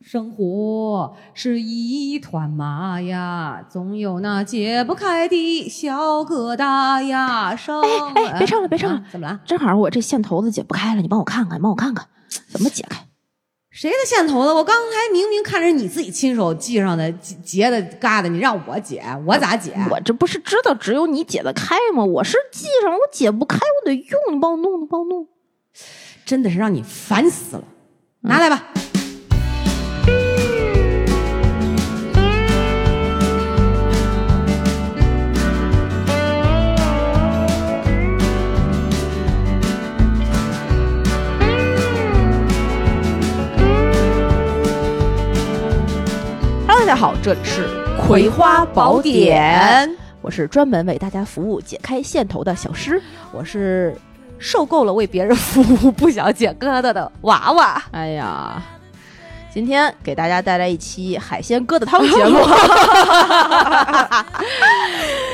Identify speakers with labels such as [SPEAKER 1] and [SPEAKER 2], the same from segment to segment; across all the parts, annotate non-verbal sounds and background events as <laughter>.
[SPEAKER 1] 生活是一团麻呀，总有那解不开的小疙瘩呀。上
[SPEAKER 2] 哎哎别唱了别唱了
[SPEAKER 1] 啊怎么了？
[SPEAKER 2] 正好我这线头子解不开了，你帮我看看，你帮我看看怎么解开。
[SPEAKER 1] 谁的线头子？我刚才明明看着你自己亲手系上的、系结的、嘎的，你让我解，我咋解？
[SPEAKER 2] 我这不是知道只有你解得开吗？我是系上，我解不开，我得用，你帮我弄，你帮我弄。
[SPEAKER 1] 真的是让你烦死了，
[SPEAKER 2] 嗯
[SPEAKER 1] 拿来吧。
[SPEAKER 2] Hello，大家好，这里是《葵花宝典》， <laughs>
[SPEAKER 1] <laughs>
[SPEAKER 2] 我是专门为大家服务、解开线头的小诗。
[SPEAKER 1] 我是受够了为别人服务、不想解疙瘩的娃娃。
[SPEAKER 2] <laughs> 哎呀，今天给大家带来一期海鲜疙瘩汤节目。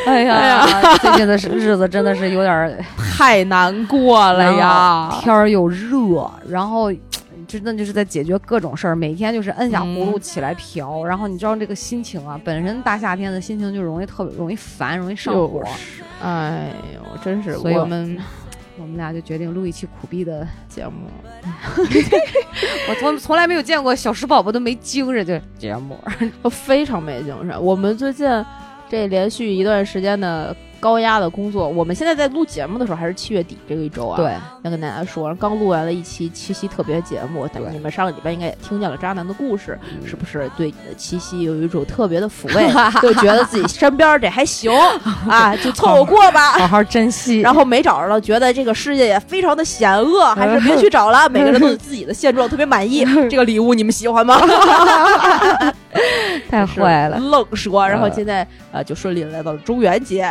[SPEAKER 1] 哎呀，
[SPEAKER 2] 哎
[SPEAKER 1] 最近的日子真的是有点儿
[SPEAKER 2] <laughs> 太难过了
[SPEAKER 1] 然后
[SPEAKER 2] 呀！
[SPEAKER 1] 啊天儿又热，然后。真的就是在解决各种事儿，每天就是摁下葫
[SPEAKER 2] 嗯
[SPEAKER 1] 芦起来瓢，然后你知道这个心情啊，本身大夏天的心情就容易特别容易烦，容易上火
[SPEAKER 2] 就，是哎呦，真是
[SPEAKER 1] 所以
[SPEAKER 2] 我们
[SPEAKER 1] 我们俩就决定录一期苦逼的。
[SPEAKER 2] 节目，
[SPEAKER 1] 我从从来没有见过小石宝宝都没精神就节目，
[SPEAKER 2] 我非常没精神。我们最近这连续一段时间的高压的工作，我们现在在录节目的时候还是七月底这一周啊。，
[SPEAKER 1] 对，
[SPEAKER 2] 要跟大家说，刚录完了一期七夕特别节目，但
[SPEAKER 1] 对
[SPEAKER 2] 你们上个礼拜应该也听见了渣男的故事，
[SPEAKER 1] 嗯
[SPEAKER 2] 是不是对你的七夕有一种特别的抚
[SPEAKER 1] <laughs>
[SPEAKER 2] 慰，就觉得自己身边这还行啊，就凑合过吧。
[SPEAKER 1] 好好珍惜。
[SPEAKER 2] 然后没找着了，觉得这个世界也非常的险恶，还
[SPEAKER 1] <laughs>
[SPEAKER 2] 是别去找了。每个人都有自己的现状，特别满意。这个礼物你们喜欢吗？
[SPEAKER 1] 太坏了，嗯
[SPEAKER 2] 愣说。然后现在呃，就顺利地来到了中
[SPEAKER 1] <laughs>
[SPEAKER 2] 元节，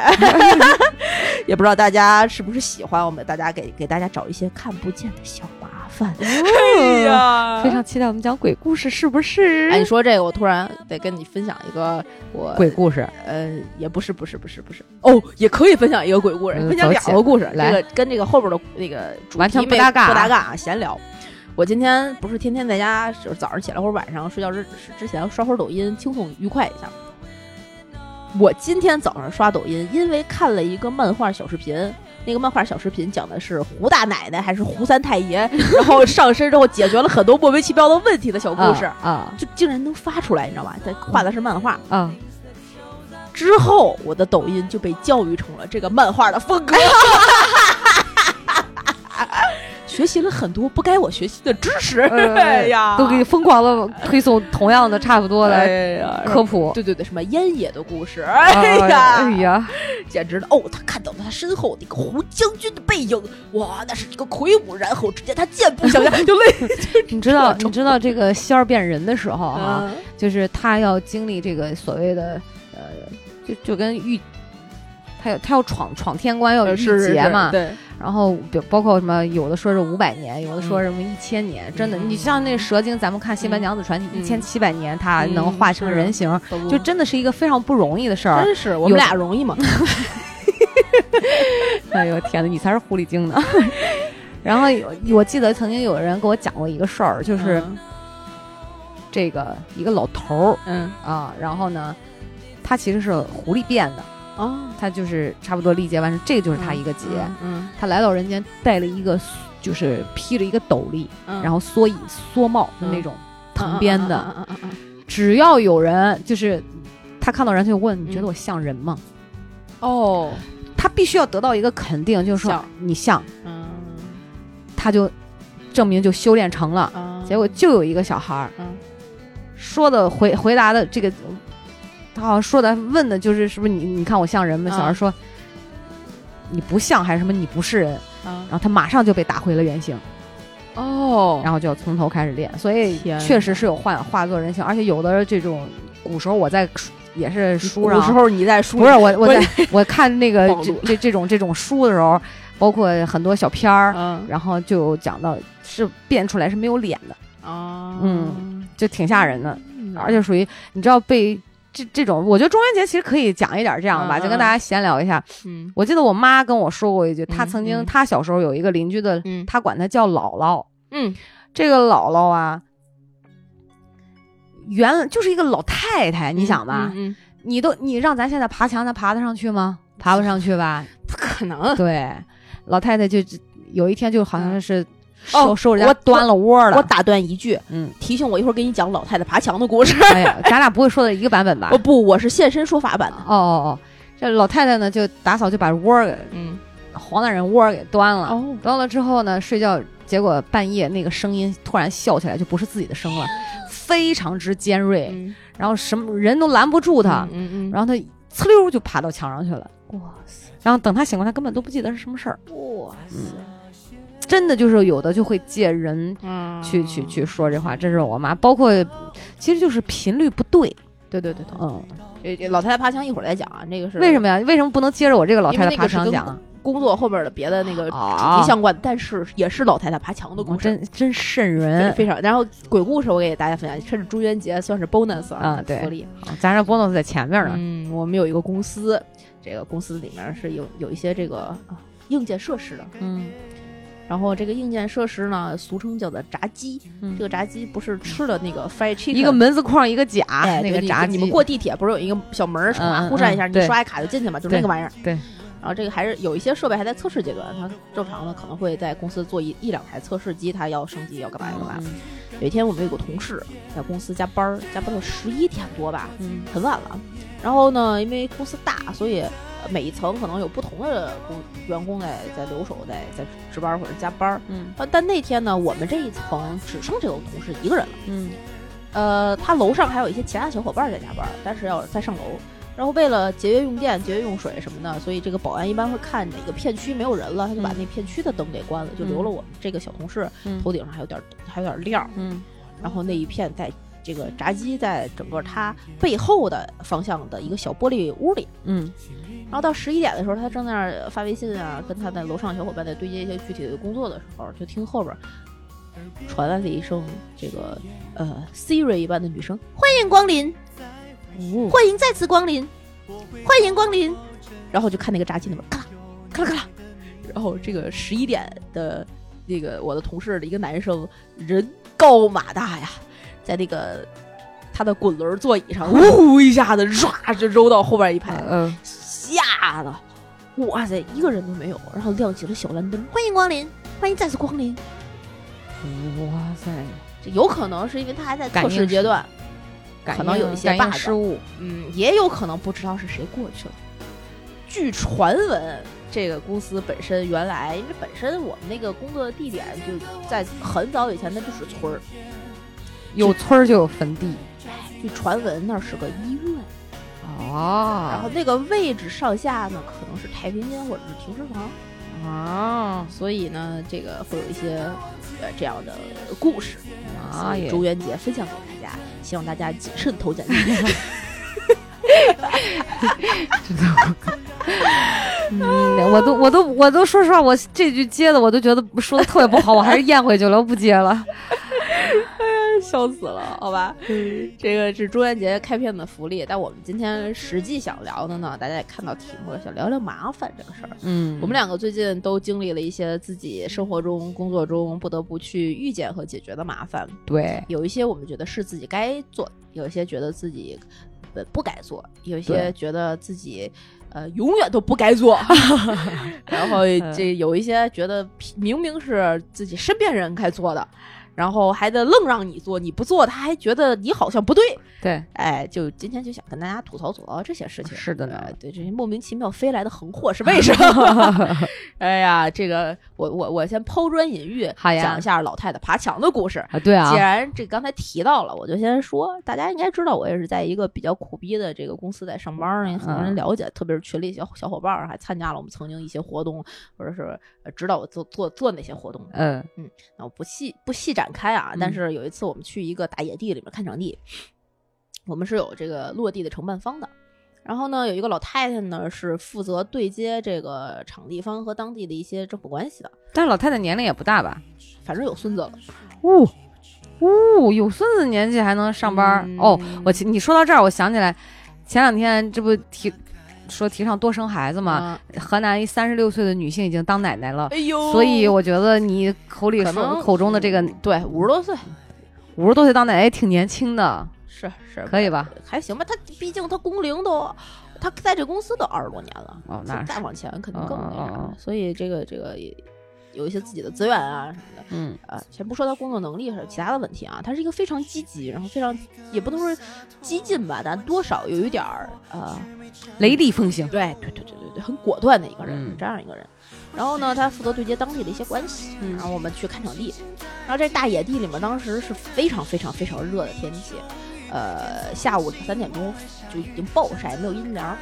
[SPEAKER 2] 也不知道大家是不是喜欢我们，大家给给大家找一些看不见的小麻烦。哎呀
[SPEAKER 1] 非常期待我们讲鬼故事，是不是？
[SPEAKER 2] 哎，你说这个，我突然得跟你分享一个我
[SPEAKER 1] 鬼故事，
[SPEAKER 2] 呃，也不是，不是，不是，不是哦，也可以分享一个鬼故事，
[SPEAKER 1] 嗯
[SPEAKER 2] 分享两
[SPEAKER 1] 走
[SPEAKER 2] 个故事，
[SPEAKER 1] 来
[SPEAKER 2] 这个跟这个后边的那个主题
[SPEAKER 1] 完全不
[SPEAKER 2] 没
[SPEAKER 1] 搭嘎
[SPEAKER 2] 不搭嘎啊，闲聊。我今天不是天天在家，就是早上起来或者晚上睡觉之之前刷会儿抖音，轻松愉快一下。我今天早上刷抖音，因为看了一个漫画小视频，那个漫画小视频讲的是胡大奶奶还是胡三太爷，然后上身之后解决了很多莫名其妙的问题的小故
[SPEAKER 1] <laughs>
[SPEAKER 2] 事，
[SPEAKER 1] 啊
[SPEAKER 2] 就竟然能发出来，你知道吧？它画的是漫画，
[SPEAKER 1] 啊，
[SPEAKER 2] 之后，我的抖音就被教育成了这个漫画的
[SPEAKER 1] <laughs>
[SPEAKER 2] 风格，学习了很多不该我学习的知识。哎呀，
[SPEAKER 1] <laughs> 都给你疯狂的推送同样的差不多
[SPEAKER 2] 哎
[SPEAKER 1] 的
[SPEAKER 2] 呀，然
[SPEAKER 1] 科
[SPEAKER 2] 后
[SPEAKER 1] 普。
[SPEAKER 2] 对对对，什么烟野的故事，哎呀，
[SPEAKER 1] 哎呀，
[SPEAKER 2] 简直了！哦，他看到了他身后那个胡将军的背影，哇，那是一个魁梧。然后只见他箭步向前，就类似
[SPEAKER 1] 你知道你知道这个仙儿变人的时候啊，
[SPEAKER 2] 啊，
[SPEAKER 1] 就是他要经历这个所谓的呃，就就跟御，他要他要闯闯天关，要有御劫嘛。
[SPEAKER 2] 对，
[SPEAKER 1] 然后比包括什么，有的说是五百年，有的说什么一千年，真的，
[SPEAKER 2] 嗯
[SPEAKER 1] 你像那个蛇精，咱们看《新白娘子传奇》
[SPEAKER 2] 嗯
[SPEAKER 1] 一千七百年，它能
[SPEAKER 2] 嗯
[SPEAKER 1] 化成
[SPEAKER 2] 是
[SPEAKER 1] 人形，就真的是一个非常不容易的事儿。
[SPEAKER 2] 真是我们俩容易吗？
[SPEAKER 1] 哎呦天哪，你才是狐狸精呢！ <laughs> 然后有我记得曾经有人给我讲过一个事儿，就是这个一个老头
[SPEAKER 2] 嗯
[SPEAKER 1] 儿啊，然后呢，他其实是狐狸变的，
[SPEAKER 2] 哦，
[SPEAKER 1] 他就是差不多历劫完事，这个就是他一个劫。
[SPEAKER 2] 嗯
[SPEAKER 1] 他来到人间带了一个，就是披着一个斗笠，
[SPEAKER 2] 嗯
[SPEAKER 1] 然后蓑衣蓑帽就
[SPEAKER 2] 嗯
[SPEAKER 1] 那种藤编的。
[SPEAKER 2] 嗯嗯嗯嗯嗯嗯
[SPEAKER 1] 只要有人就是他看到人他就问：“
[SPEAKER 2] 嗯
[SPEAKER 1] 你觉得我像人吗
[SPEAKER 2] 哦，？”
[SPEAKER 1] 他必须要得到一个肯定，就是说
[SPEAKER 2] 像
[SPEAKER 1] 你像，
[SPEAKER 2] 嗯，
[SPEAKER 1] 他就证明就修炼成了。结果就有一个小孩儿
[SPEAKER 2] 嗯
[SPEAKER 1] 说的回回答的这个，他好像说的问的就是是不是你你看我像人吗？
[SPEAKER 2] 嗯
[SPEAKER 1] 小孩说。你不像还是什么？你不是人，
[SPEAKER 2] 啊
[SPEAKER 1] 然后他马上就被打回了原形，
[SPEAKER 2] 哦，
[SPEAKER 1] 然后就要从头开始练，所以
[SPEAKER 2] 天
[SPEAKER 1] 确实是有化化作人形，而且有的这种古时候我在书也是书上
[SPEAKER 2] 古时候你在书
[SPEAKER 1] 不是我我
[SPEAKER 2] 我
[SPEAKER 1] 在我看那个
[SPEAKER 2] 暴露
[SPEAKER 1] 这这这种这种书的时候，包括很多小片儿，
[SPEAKER 2] 嗯
[SPEAKER 1] 然后就有讲到是变出来是没有脸的，
[SPEAKER 2] 啊
[SPEAKER 1] 嗯就挺吓人的，
[SPEAKER 2] 嗯
[SPEAKER 1] 而且属于你知道被。这这种，我觉得中元节其实可以讲一点这样吧，
[SPEAKER 2] 嗯
[SPEAKER 1] 就跟大家闲聊一下。
[SPEAKER 2] 嗯
[SPEAKER 1] 我记得我妈跟我说过一句，她曾经
[SPEAKER 2] 嗯
[SPEAKER 1] 她小时候有一个邻居的，
[SPEAKER 2] 嗯
[SPEAKER 1] 她管她叫姥姥。
[SPEAKER 2] 嗯
[SPEAKER 1] 这个姥姥啊，原就是一个老太太，你想吧，
[SPEAKER 2] 嗯，嗯
[SPEAKER 1] 你都你让咱现在爬墙，咱爬得上去吗？爬不上去
[SPEAKER 2] <laughs>
[SPEAKER 1] 吧？
[SPEAKER 2] 不可能。
[SPEAKER 1] 对，老太太就有一天就好像是收
[SPEAKER 2] 哦
[SPEAKER 1] 收拾人家
[SPEAKER 2] 我
[SPEAKER 1] 端了窝
[SPEAKER 2] 我
[SPEAKER 1] 了，
[SPEAKER 2] 打断一句，
[SPEAKER 1] 嗯，
[SPEAKER 2] 提醒我一会儿给你讲老太太爬墙的 <laughs> 故事。
[SPEAKER 1] 哎呀，咱俩不会说的一个版本吧
[SPEAKER 2] 哦？不， <laughs> 我是现身说法版的。
[SPEAKER 1] 哦哦哦，这老太太呢就打扫就把窝儿给
[SPEAKER 2] 嗯，
[SPEAKER 1] 黄大人窝儿给端了，
[SPEAKER 2] 哦，
[SPEAKER 1] 端了之后呢睡觉，结果半夜那个声音突然笑起来就不是自己的声了，非常之尖锐，
[SPEAKER 2] 嗯
[SPEAKER 1] 然后什么人都拦不住他，
[SPEAKER 2] 嗯嗯，
[SPEAKER 1] 然后他呲溜就爬到墙上去了。
[SPEAKER 2] 哇塞，
[SPEAKER 1] 然后等他醒过来，他根本都不记得是什么事儿。
[SPEAKER 2] 哇塞，
[SPEAKER 1] 真的就是有的就会借人
[SPEAKER 2] 嗯，
[SPEAKER 1] 去、去去说这话，这是我妈。包括其实就是频率不对，
[SPEAKER 2] 对对对对
[SPEAKER 1] 嗯，
[SPEAKER 2] 这这老太太爬墙一会儿再讲啊，这个是
[SPEAKER 1] 为什么呀？为什么不能接着我这个老太太爬墙讲啊？
[SPEAKER 2] 工作后边的别的那个
[SPEAKER 1] 啊
[SPEAKER 2] 呃主题相关的，但是也是老太太爬墙的故
[SPEAKER 1] 我
[SPEAKER 2] 事，
[SPEAKER 1] 真真瘆
[SPEAKER 2] 非
[SPEAKER 1] 人。
[SPEAKER 2] 非常。然后鬼故事我给大家分享，甚至中元节算是 bonus
[SPEAKER 1] 啊对
[SPEAKER 2] 福利。
[SPEAKER 1] 咱这波诺斯在前面呢，
[SPEAKER 2] 嗯，我们有一个公司，这个公司里面是有有一些这个啊硬件设施的，
[SPEAKER 1] 嗯
[SPEAKER 2] 然后这个硬件设施呢，俗称叫做炸鸡。
[SPEAKER 1] 嗯
[SPEAKER 2] 这个炸鸡不是吃的那个 fried chicken，
[SPEAKER 1] 一个门字框一个甲，那
[SPEAKER 2] 哎对
[SPEAKER 1] 个
[SPEAKER 2] 你
[SPEAKER 1] 闸
[SPEAKER 2] 你们
[SPEAKER 1] 机
[SPEAKER 2] 过地铁不是有一个小门儿，
[SPEAKER 1] 嗯嗯
[SPEAKER 2] 马忽扇一下，
[SPEAKER 1] 嗯
[SPEAKER 2] 你
[SPEAKER 1] 对
[SPEAKER 2] 刷一卡就进去嘛，就是那个玩意儿。
[SPEAKER 1] 对。
[SPEAKER 2] 然后这个还是有一些设备还在测试阶段，它正常的可能会在公司做一一两台测试机，它要升级要干嘛要干嘛。
[SPEAKER 1] 嗯
[SPEAKER 2] 有一天我们有个同事在公司加班儿，加班到十一点多吧，
[SPEAKER 1] 嗯
[SPEAKER 2] 很晚了。然后呢，因为公司大，所以每一层可能有不同的工员工在在留守，在在值班或者加班儿。
[SPEAKER 1] 嗯
[SPEAKER 2] 啊但那天呢，我们这一层只剩这个同事一个人了。
[SPEAKER 1] 嗯
[SPEAKER 2] 呃，他楼上还有一些其他小伙伴在加班，但是要再上楼。然后为了节约用电、节约用水什么的，所以这个保安一般会看哪个片区没有人了，他就把
[SPEAKER 1] 嗯
[SPEAKER 2] 那片区的灯给关了，就留了我们这个小同事
[SPEAKER 1] 嗯
[SPEAKER 2] 头顶上还有点还有点亮。
[SPEAKER 1] 嗯
[SPEAKER 2] 然后那一片在这个炸鸡在整个它背后的方向的一个小玻璃屋里。
[SPEAKER 1] 嗯
[SPEAKER 2] 然后到十一点的时候，他正在那儿发微信啊，跟他在楼上小伙伴在对接一些具体的工作的时候，就听后边儿传来了一声这个呃 Siri 一般的女声：“欢迎光临，
[SPEAKER 1] 嗯，
[SPEAKER 2] 欢迎再次光临，欢迎光临。”然后就看那个炸鸡那边咔啦咔啦咔啦，然后这个十一点的那个我的同事的一个男生人高马大呀，在那个他的滚轮座椅上
[SPEAKER 1] <laughs>
[SPEAKER 2] 呜一下子唰就揉到后边一排，
[SPEAKER 1] 嗯
[SPEAKER 2] 吓得，哇塞，一个人都没有，然后亮起了小蓝灯，欢迎光临，欢迎再次光临。
[SPEAKER 1] 哇塞，
[SPEAKER 2] 这有可能是因为他还在
[SPEAKER 1] 感
[SPEAKER 2] 测
[SPEAKER 1] 应
[SPEAKER 2] 试阶段，
[SPEAKER 1] 感
[SPEAKER 2] 可能有
[SPEAKER 1] 应
[SPEAKER 2] 一些
[SPEAKER 1] 感应
[SPEAKER 2] bug
[SPEAKER 1] 失误，
[SPEAKER 2] 嗯，也有可能不知道是谁过去了。据传闻，这个公司本身原来，因为本身我们那个工作的地点就在很早以前，那就是村儿。
[SPEAKER 1] 有村儿就有坟地
[SPEAKER 2] 据传闻，那是个医院，
[SPEAKER 1] 哦
[SPEAKER 2] 然后那个位置上下呢，可能是太平间或者是停尸房。
[SPEAKER 1] 啊
[SPEAKER 2] 所以呢，这个会有一些呃这样的故事。
[SPEAKER 1] 啊也
[SPEAKER 2] 中元节分享给大家，希望大家谨慎投简历。
[SPEAKER 1] 知道。嗯，我都我都我都说实话，我这句接的我都觉得说的特别不好，我还是咽回去了，我不接了。
[SPEAKER 2] <laughs> 笑死了，好吧，这个是中元节开篇的福利。但我们今天实际想聊的呢，大家也看到题目了，想聊聊麻烦这个事儿。
[SPEAKER 1] 嗯
[SPEAKER 2] 我们两个最近都经历了一些自己生活中、工作中不得不去遇见和解决的麻烦，
[SPEAKER 1] 对
[SPEAKER 2] 有一些我们觉得是自己该做，有一些觉得自己呃不该做，有一些
[SPEAKER 1] 对
[SPEAKER 2] 觉得自己呃永远都不该
[SPEAKER 1] <laughs>
[SPEAKER 2] 做，然后
[SPEAKER 1] 嗯
[SPEAKER 2] 这有一些觉得明明是自己身边人该做的，然后还得愣让你做，你不做他还觉得你好像不对，
[SPEAKER 1] 对，
[SPEAKER 2] 哎，就今天就想跟大家吐槽吐槽这些事情。
[SPEAKER 1] 是的呢
[SPEAKER 2] 呃对这些莫名其妙飞来的横祸是为什
[SPEAKER 1] <laughs>
[SPEAKER 2] 么？ <laughs> 哎呀，这个我我我先抛砖引玉，
[SPEAKER 1] 好呀
[SPEAKER 2] 讲一下老太太爬墙的故事。
[SPEAKER 1] 啊对
[SPEAKER 2] 既
[SPEAKER 1] 啊，
[SPEAKER 2] 然这刚才提到了，我就先说，大家应该知道，我也是在一个比较苦逼的这个公司在上班儿，也很
[SPEAKER 1] 嗯
[SPEAKER 2] 多人了解，特别是群里小小伙伴儿还参加了我们曾经一些活动，或者是呃指导我做做做哪些活动，
[SPEAKER 1] 嗯
[SPEAKER 2] 那我不细不细展开啊。
[SPEAKER 1] 嗯
[SPEAKER 2] 但是有一次我们去一个打野地里面看场地，我们是有这个落地的承办方的。然后呢，有一个老太太呢是负责对接这个场地方和当地的一些政府关系的，
[SPEAKER 1] 但是老太太年龄也不大吧？
[SPEAKER 2] 反正有孙子了。
[SPEAKER 1] 呜、呜、有孙子年纪还能上班儿、
[SPEAKER 2] 嗯
[SPEAKER 1] 哦。我其你说到这儿，我想起来，前两天这不提说提倡多生孩子嘛，
[SPEAKER 2] 啊，
[SPEAKER 1] 河南一三十六岁的女性已经当奶奶了。
[SPEAKER 2] 哎呦，
[SPEAKER 1] 所以我觉得你口里
[SPEAKER 2] 可能嗯
[SPEAKER 1] 说口中的这个嗯
[SPEAKER 2] 对五十多岁
[SPEAKER 1] 五十多岁当奶奶也挺年轻的，
[SPEAKER 2] 是是，
[SPEAKER 1] 可以吧？
[SPEAKER 2] 还行吧。他毕竟他工龄都，他在这公司都二十多年了，
[SPEAKER 1] 哦，那
[SPEAKER 2] 再
[SPEAKER 1] 是，
[SPEAKER 2] 往前肯定更
[SPEAKER 1] 嗯嗯
[SPEAKER 2] 那啥。
[SPEAKER 1] 嗯嗯
[SPEAKER 2] 所以这个这个也有一些自己的资源啊什么的。
[SPEAKER 1] 嗯
[SPEAKER 2] 呃，先不说他工作能力还是其他的问题啊，他是一个非常积极，然后非常也不能说激进吧，但多少有一点儿呃，
[SPEAKER 1] 雷厉风行，
[SPEAKER 2] 对对对对对对，很果断的一个人，
[SPEAKER 1] 嗯
[SPEAKER 2] 是这样一个人。然后呢，他负责对接当地的一些关系，
[SPEAKER 1] 嗯
[SPEAKER 2] 然后我们去看场地，然后这大野地里面当时是非常非常非常热的天气，呃，下午三点钟就已经暴晒，没有阴凉。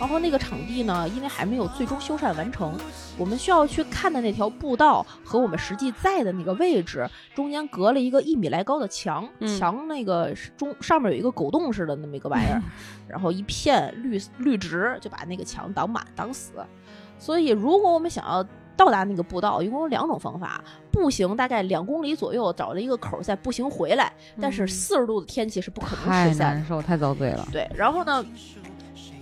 [SPEAKER 2] 然后那个场地呢，因为还没有最终修缮完成，我们需要去看的那条步道和我们实际在的那个位置中间隔了一个一米来高的墙，
[SPEAKER 1] 嗯
[SPEAKER 2] 墙那个是中上面有一个狗洞似的那么一个玩意儿，然后一片绿绿植就把那个墙挡满挡死。所以如果我们想要到达那个步道，一共有两种方法：步行大概两公里左右找了一个口儿再步行回来，但是
[SPEAKER 1] 嗯
[SPEAKER 2] 四十度的天气是不可能
[SPEAKER 1] 太
[SPEAKER 2] 实现的。
[SPEAKER 1] 难受，太遭罪了。
[SPEAKER 2] 对，然后呢，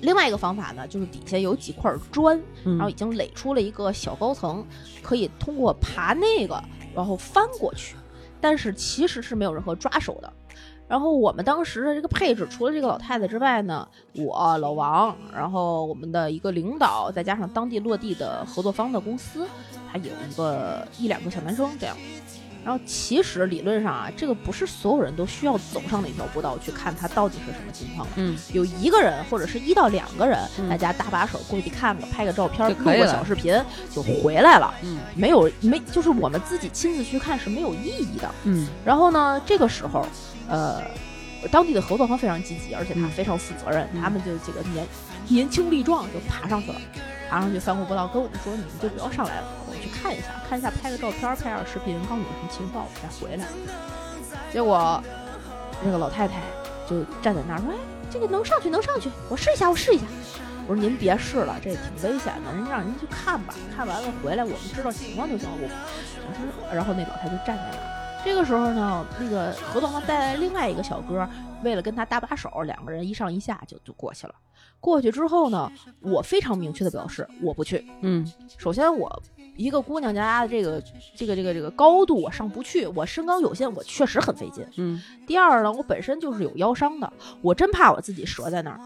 [SPEAKER 2] 另外一个方法呢，就是底下有几块砖，
[SPEAKER 1] 嗯
[SPEAKER 2] 然后已经垒出了一个小高层，可以通过爬那个然后翻过去，但是其实是没有任何抓手的。然后我们当时的这个配置，除了这个老太太之外呢，我老王，然后我们的一个领导，再加上当地落地的合作方的公司，还有一个一两个小男生这样。然后其实理论上啊，这个不是所有人都需要走上哪条步道去看它到底是什么情况的。
[SPEAKER 1] 嗯，
[SPEAKER 2] 有一个人或者是一到两个人，
[SPEAKER 1] 嗯
[SPEAKER 2] 大家搭把手过去看看，拍个照片，
[SPEAKER 1] 就
[SPEAKER 2] 录
[SPEAKER 1] 可以
[SPEAKER 2] 个
[SPEAKER 1] 了
[SPEAKER 2] 小视频就回来了。
[SPEAKER 1] 嗯
[SPEAKER 2] 没有没，就是我们自己亲自去看是没有意义的。
[SPEAKER 1] 嗯
[SPEAKER 2] 然后呢，这个时候，呃，当地的合作方非常积极，而且他
[SPEAKER 1] 嗯
[SPEAKER 2] 非常负责任，
[SPEAKER 1] 嗯
[SPEAKER 2] 他们就这个年年轻力壮就爬上去了，爬上去翻过步道，跟我们说你们就不要上来了，我们去看一下，看一下拍个照片，拍点视频，告诉你们什么情况，我们再回来。结果那个老太太就站在那儿说：“哎，这个能上去，能上去，我试一下，我试一下。”我说您别试了，这挺危险的，您让您去看吧，看完了回来我们知道情况就行了。我我说，然后那老太就站在那儿。这个时候呢，那个合同方带来另外一个小哥，为了跟他搭把手，两个人一上一下就就过去了。过去之后呢，我非常明确的表示我不去。
[SPEAKER 1] 嗯
[SPEAKER 2] 首先我一个姑娘家的这个这个这个这个高度我上不去，我身高有限，我确实很费劲。
[SPEAKER 1] 嗯
[SPEAKER 2] 第二呢，我本身就是有腰伤的，我真怕我自己折在那儿。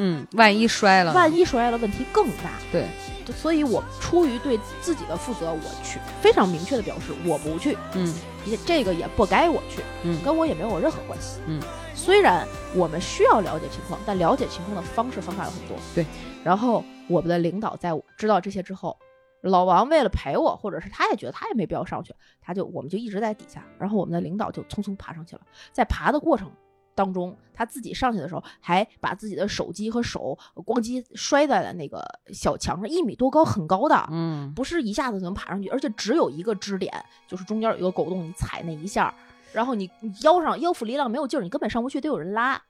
[SPEAKER 1] 嗯，万一摔了呢，
[SPEAKER 2] 万一摔了，问题更大。
[SPEAKER 1] 对
[SPEAKER 2] 就，所以我出于对自己的负责，我去非常明确的表示我不去，
[SPEAKER 1] 嗯
[SPEAKER 2] 也这个也不该我去，
[SPEAKER 1] 嗯
[SPEAKER 2] 跟我也没有任何关系。
[SPEAKER 1] 嗯，
[SPEAKER 2] 虽然我们需要了解情况，但了解情况的方式方法有很多。
[SPEAKER 1] 对，
[SPEAKER 2] 然后我们的领导在我知道这些之后，老王为了陪我，或者是他也觉得他也没必要上去，他就我们就一直在底下，然后我们的领导就匆匆爬上去了，在爬的过程。当中，他自己上去的时候，还把自己的手机和手呃咣叽摔在了那个小墙上，一米多高，很高的。
[SPEAKER 1] 嗯
[SPEAKER 2] 不是一下子能爬上去，而且只有一个支点，就是中间有一个狗洞，你踩那一下，然后你你腰上腰腹力量没有劲儿，你根本上不去，得有人拉。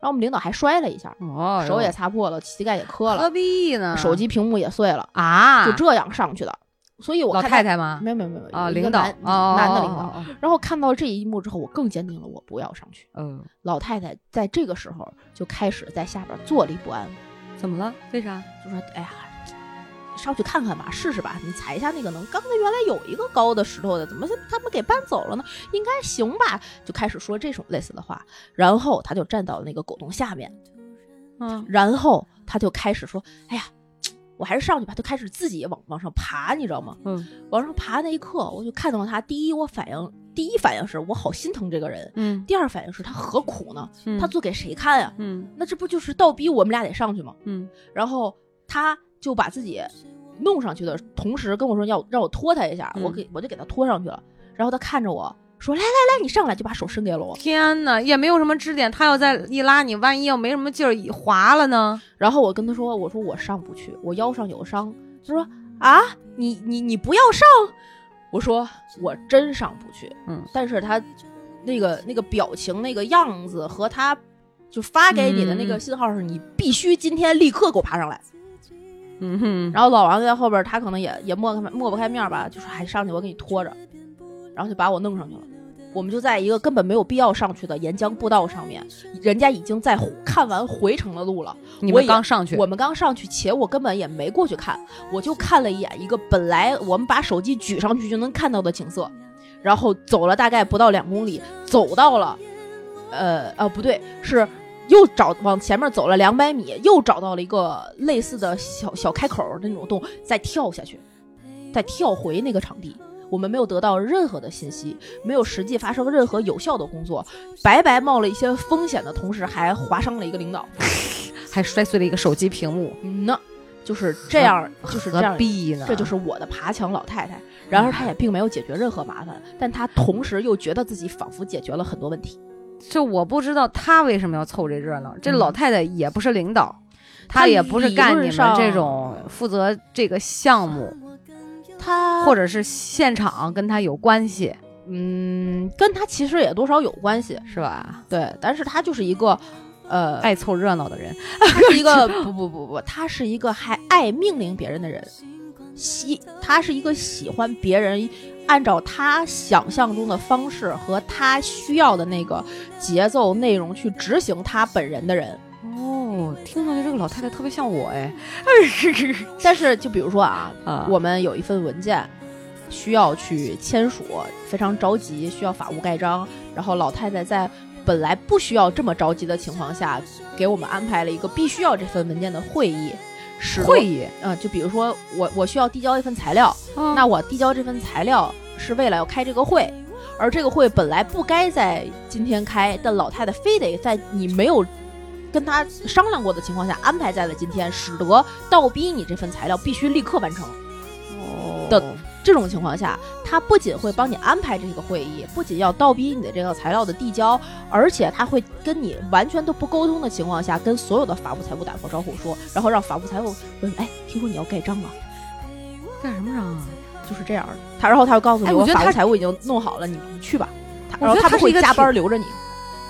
[SPEAKER 2] 然后我们领导还摔了一下，
[SPEAKER 1] 哦，
[SPEAKER 2] 手也擦破了，膝盖也磕
[SPEAKER 1] 何
[SPEAKER 2] 了，
[SPEAKER 1] 必呢？
[SPEAKER 2] 手机屏幕也碎了，
[SPEAKER 1] 哎啊，
[SPEAKER 2] 就这样上去的。所以我
[SPEAKER 1] 老
[SPEAKER 2] 看
[SPEAKER 1] 太太吗？
[SPEAKER 2] 没有没有没有
[SPEAKER 1] 啊，
[SPEAKER 2] 一个
[SPEAKER 1] 领导
[SPEAKER 2] 男
[SPEAKER 1] 哦，
[SPEAKER 2] 男的
[SPEAKER 1] 哦
[SPEAKER 2] 领导。
[SPEAKER 1] 哦哦
[SPEAKER 2] 然后看到这一幕之后，我更坚定了我不要上去。
[SPEAKER 1] 哦
[SPEAKER 2] 老太太在这个时候就开始在下边坐立不安，
[SPEAKER 1] 嗯，怎么了？为啥？
[SPEAKER 2] 就说：“哎呀，上去看看吧，试试吧，你踩一下那个能。刚才原来有一个高的石头的，怎么他们给搬走了呢？应该行吧。”就开始说这种类似的话，然后他就站到那个狗洞下面，
[SPEAKER 1] 嗯
[SPEAKER 2] 然后他就开始说：“哎呀，我还是上去吧。”就开始自己往往上爬，你知道吗？
[SPEAKER 1] 嗯
[SPEAKER 2] 往上爬那一刻，我就看到他。第一，我反应第一反应是我好心疼这个人；
[SPEAKER 1] 嗯
[SPEAKER 2] 第二反应是他何苦呢？
[SPEAKER 1] 嗯
[SPEAKER 2] 他做给谁看呀、
[SPEAKER 1] 嗯
[SPEAKER 2] 那这不就是倒逼我们俩得上去吗？
[SPEAKER 1] 嗯
[SPEAKER 2] 然后他就把自己弄上去的同时跟我说要让我拖他一下，
[SPEAKER 1] 嗯
[SPEAKER 2] 我给我就给他拖上去了。然后他看着我说：“来来来，你上来！”就把手伸给了我。
[SPEAKER 1] 天哪，也没有什么支点，他要再一拉你，万一要没什么劲儿一滑了呢？
[SPEAKER 2] 然后我跟他说：“我说我上不去，我腰上有伤。”他说：“啊，你你你不要上！”我说：“我真上不去。”
[SPEAKER 1] 嗯，
[SPEAKER 2] 但是他那个那个表情、那个样子和他就发给你的那个
[SPEAKER 1] 嗯
[SPEAKER 2] 信号是：你必须今天立刻给我爬上来。
[SPEAKER 1] 嗯哼，
[SPEAKER 2] 然后老王就在后边儿，他可能也也抹开抹不开面儿吧，就说还上去，我给你拖着，然后就把我弄上去了。我们就在一个根本没有必要上去的沿江步道上面，人家已经在看完回程的路了。
[SPEAKER 1] 你
[SPEAKER 2] 我
[SPEAKER 1] 们
[SPEAKER 2] 也
[SPEAKER 1] 刚上去，
[SPEAKER 2] 我们刚上去，且我根本也没过去看，我就看了一眼一个本来我们把手机举上去就能看到的景色，然后走了大概不到两公里，走到了呃呃不对，是又找往前面走了两百米，又找到了一个类似的小小开口那种洞，再跳下去，再跳回那个场地。我们没有得到任何的信息，没有实际发生任何有效的工作，白白冒了一些风险的同时，还划伤了一个领导。
[SPEAKER 1] 还摔碎了一个手机屏幕，
[SPEAKER 2] 嗯呐，就是这样，就是这
[SPEAKER 1] 何
[SPEAKER 2] 样
[SPEAKER 1] 必呢？
[SPEAKER 2] 这就是我的爬墙老太太。然而，她也并没有解决任何麻烦，但她同时又觉得自己仿佛解决了很多问题。
[SPEAKER 1] 就我不知道他为什么要凑这热闹。这
[SPEAKER 2] 嗯
[SPEAKER 1] 老太太也不是领导，她
[SPEAKER 2] 她
[SPEAKER 1] 也不是
[SPEAKER 2] 理
[SPEAKER 1] 干
[SPEAKER 2] 论
[SPEAKER 1] 你们
[SPEAKER 2] 上
[SPEAKER 1] 这种负责这个项目，
[SPEAKER 2] 她
[SPEAKER 1] 或者是现场跟她有关系，
[SPEAKER 2] 嗯，跟她其实也多少有关系，
[SPEAKER 1] 是吧？
[SPEAKER 2] 对。但是她就是一个，呃，
[SPEAKER 1] 爱凑热闹的人，
[SPEAKER 2] 她是一个不不不不，她是一个还爱命令别人的人，喜她是一个喜欢别人按照她想象中的方式和她需要的那个节奏内容去执行她本人的人。
[SPEAKER 1] 哦，听上去这个老太太特别像我 <laughs> 哎，
[SPEAKER 2] 但是就比如说啊，
[SPEAKER 1] 啊
[SPEAKER 2] 我们有一份文件需要去签署，非常着急，需要法务盖章。然后老太太在本来不需要这么着急的情况下，给我们安排了一个必须要这份文件的会议。是
[SPEAKER 1] 会议，
[SPEAKER 2] 嗯、就比如说我我需要递交一份材料，那
[SPEAKER 1] 那
[SPEAKER 2] 我递交这份材料是为了要开这个会，而这个会本来不该在今天开，但老太太非得在你没有跟她商量过的情况下安排在了今天，使得倒逼你这份材料必须立刻完成。的这种情况下，她不仅会帮你安排这个会议，不仅要倒逼你的这个材料的递交，而且她会跟你完全都不沟通的情况下，跟所有的法务财务打过招呼说，然后让法务财务问，哎，听说你要盖章了。
[SPEAKER 1] 干什么嚷啊？
[SPEAKER 2] 就是这样的。他然后他又告诉你，
[SPEAKER 1] 哎我
[SPEAKER 2] 我
[SPEAKER 1] 觉得
[SPEAKER 2] 法
[SPEAKER 1] 他
[SPEAKER 2] 务财务已经弄好了，你你去吧。他
[SPEAKER 1] 我
[SPEAKER 2] 然后
[SPEAKER 1] 觉得
[SPEAKER 2] 他
[SPEAKER 1] 他
[SPEAKER 2] 们
[SPEAKER 1] 是
[SPEAKER 2] 会
[SPEAKER 1] 一个
[SPEAKER 2] 加班
[SPEAKER 1] 挺
[SPEAKER 2] 留着你，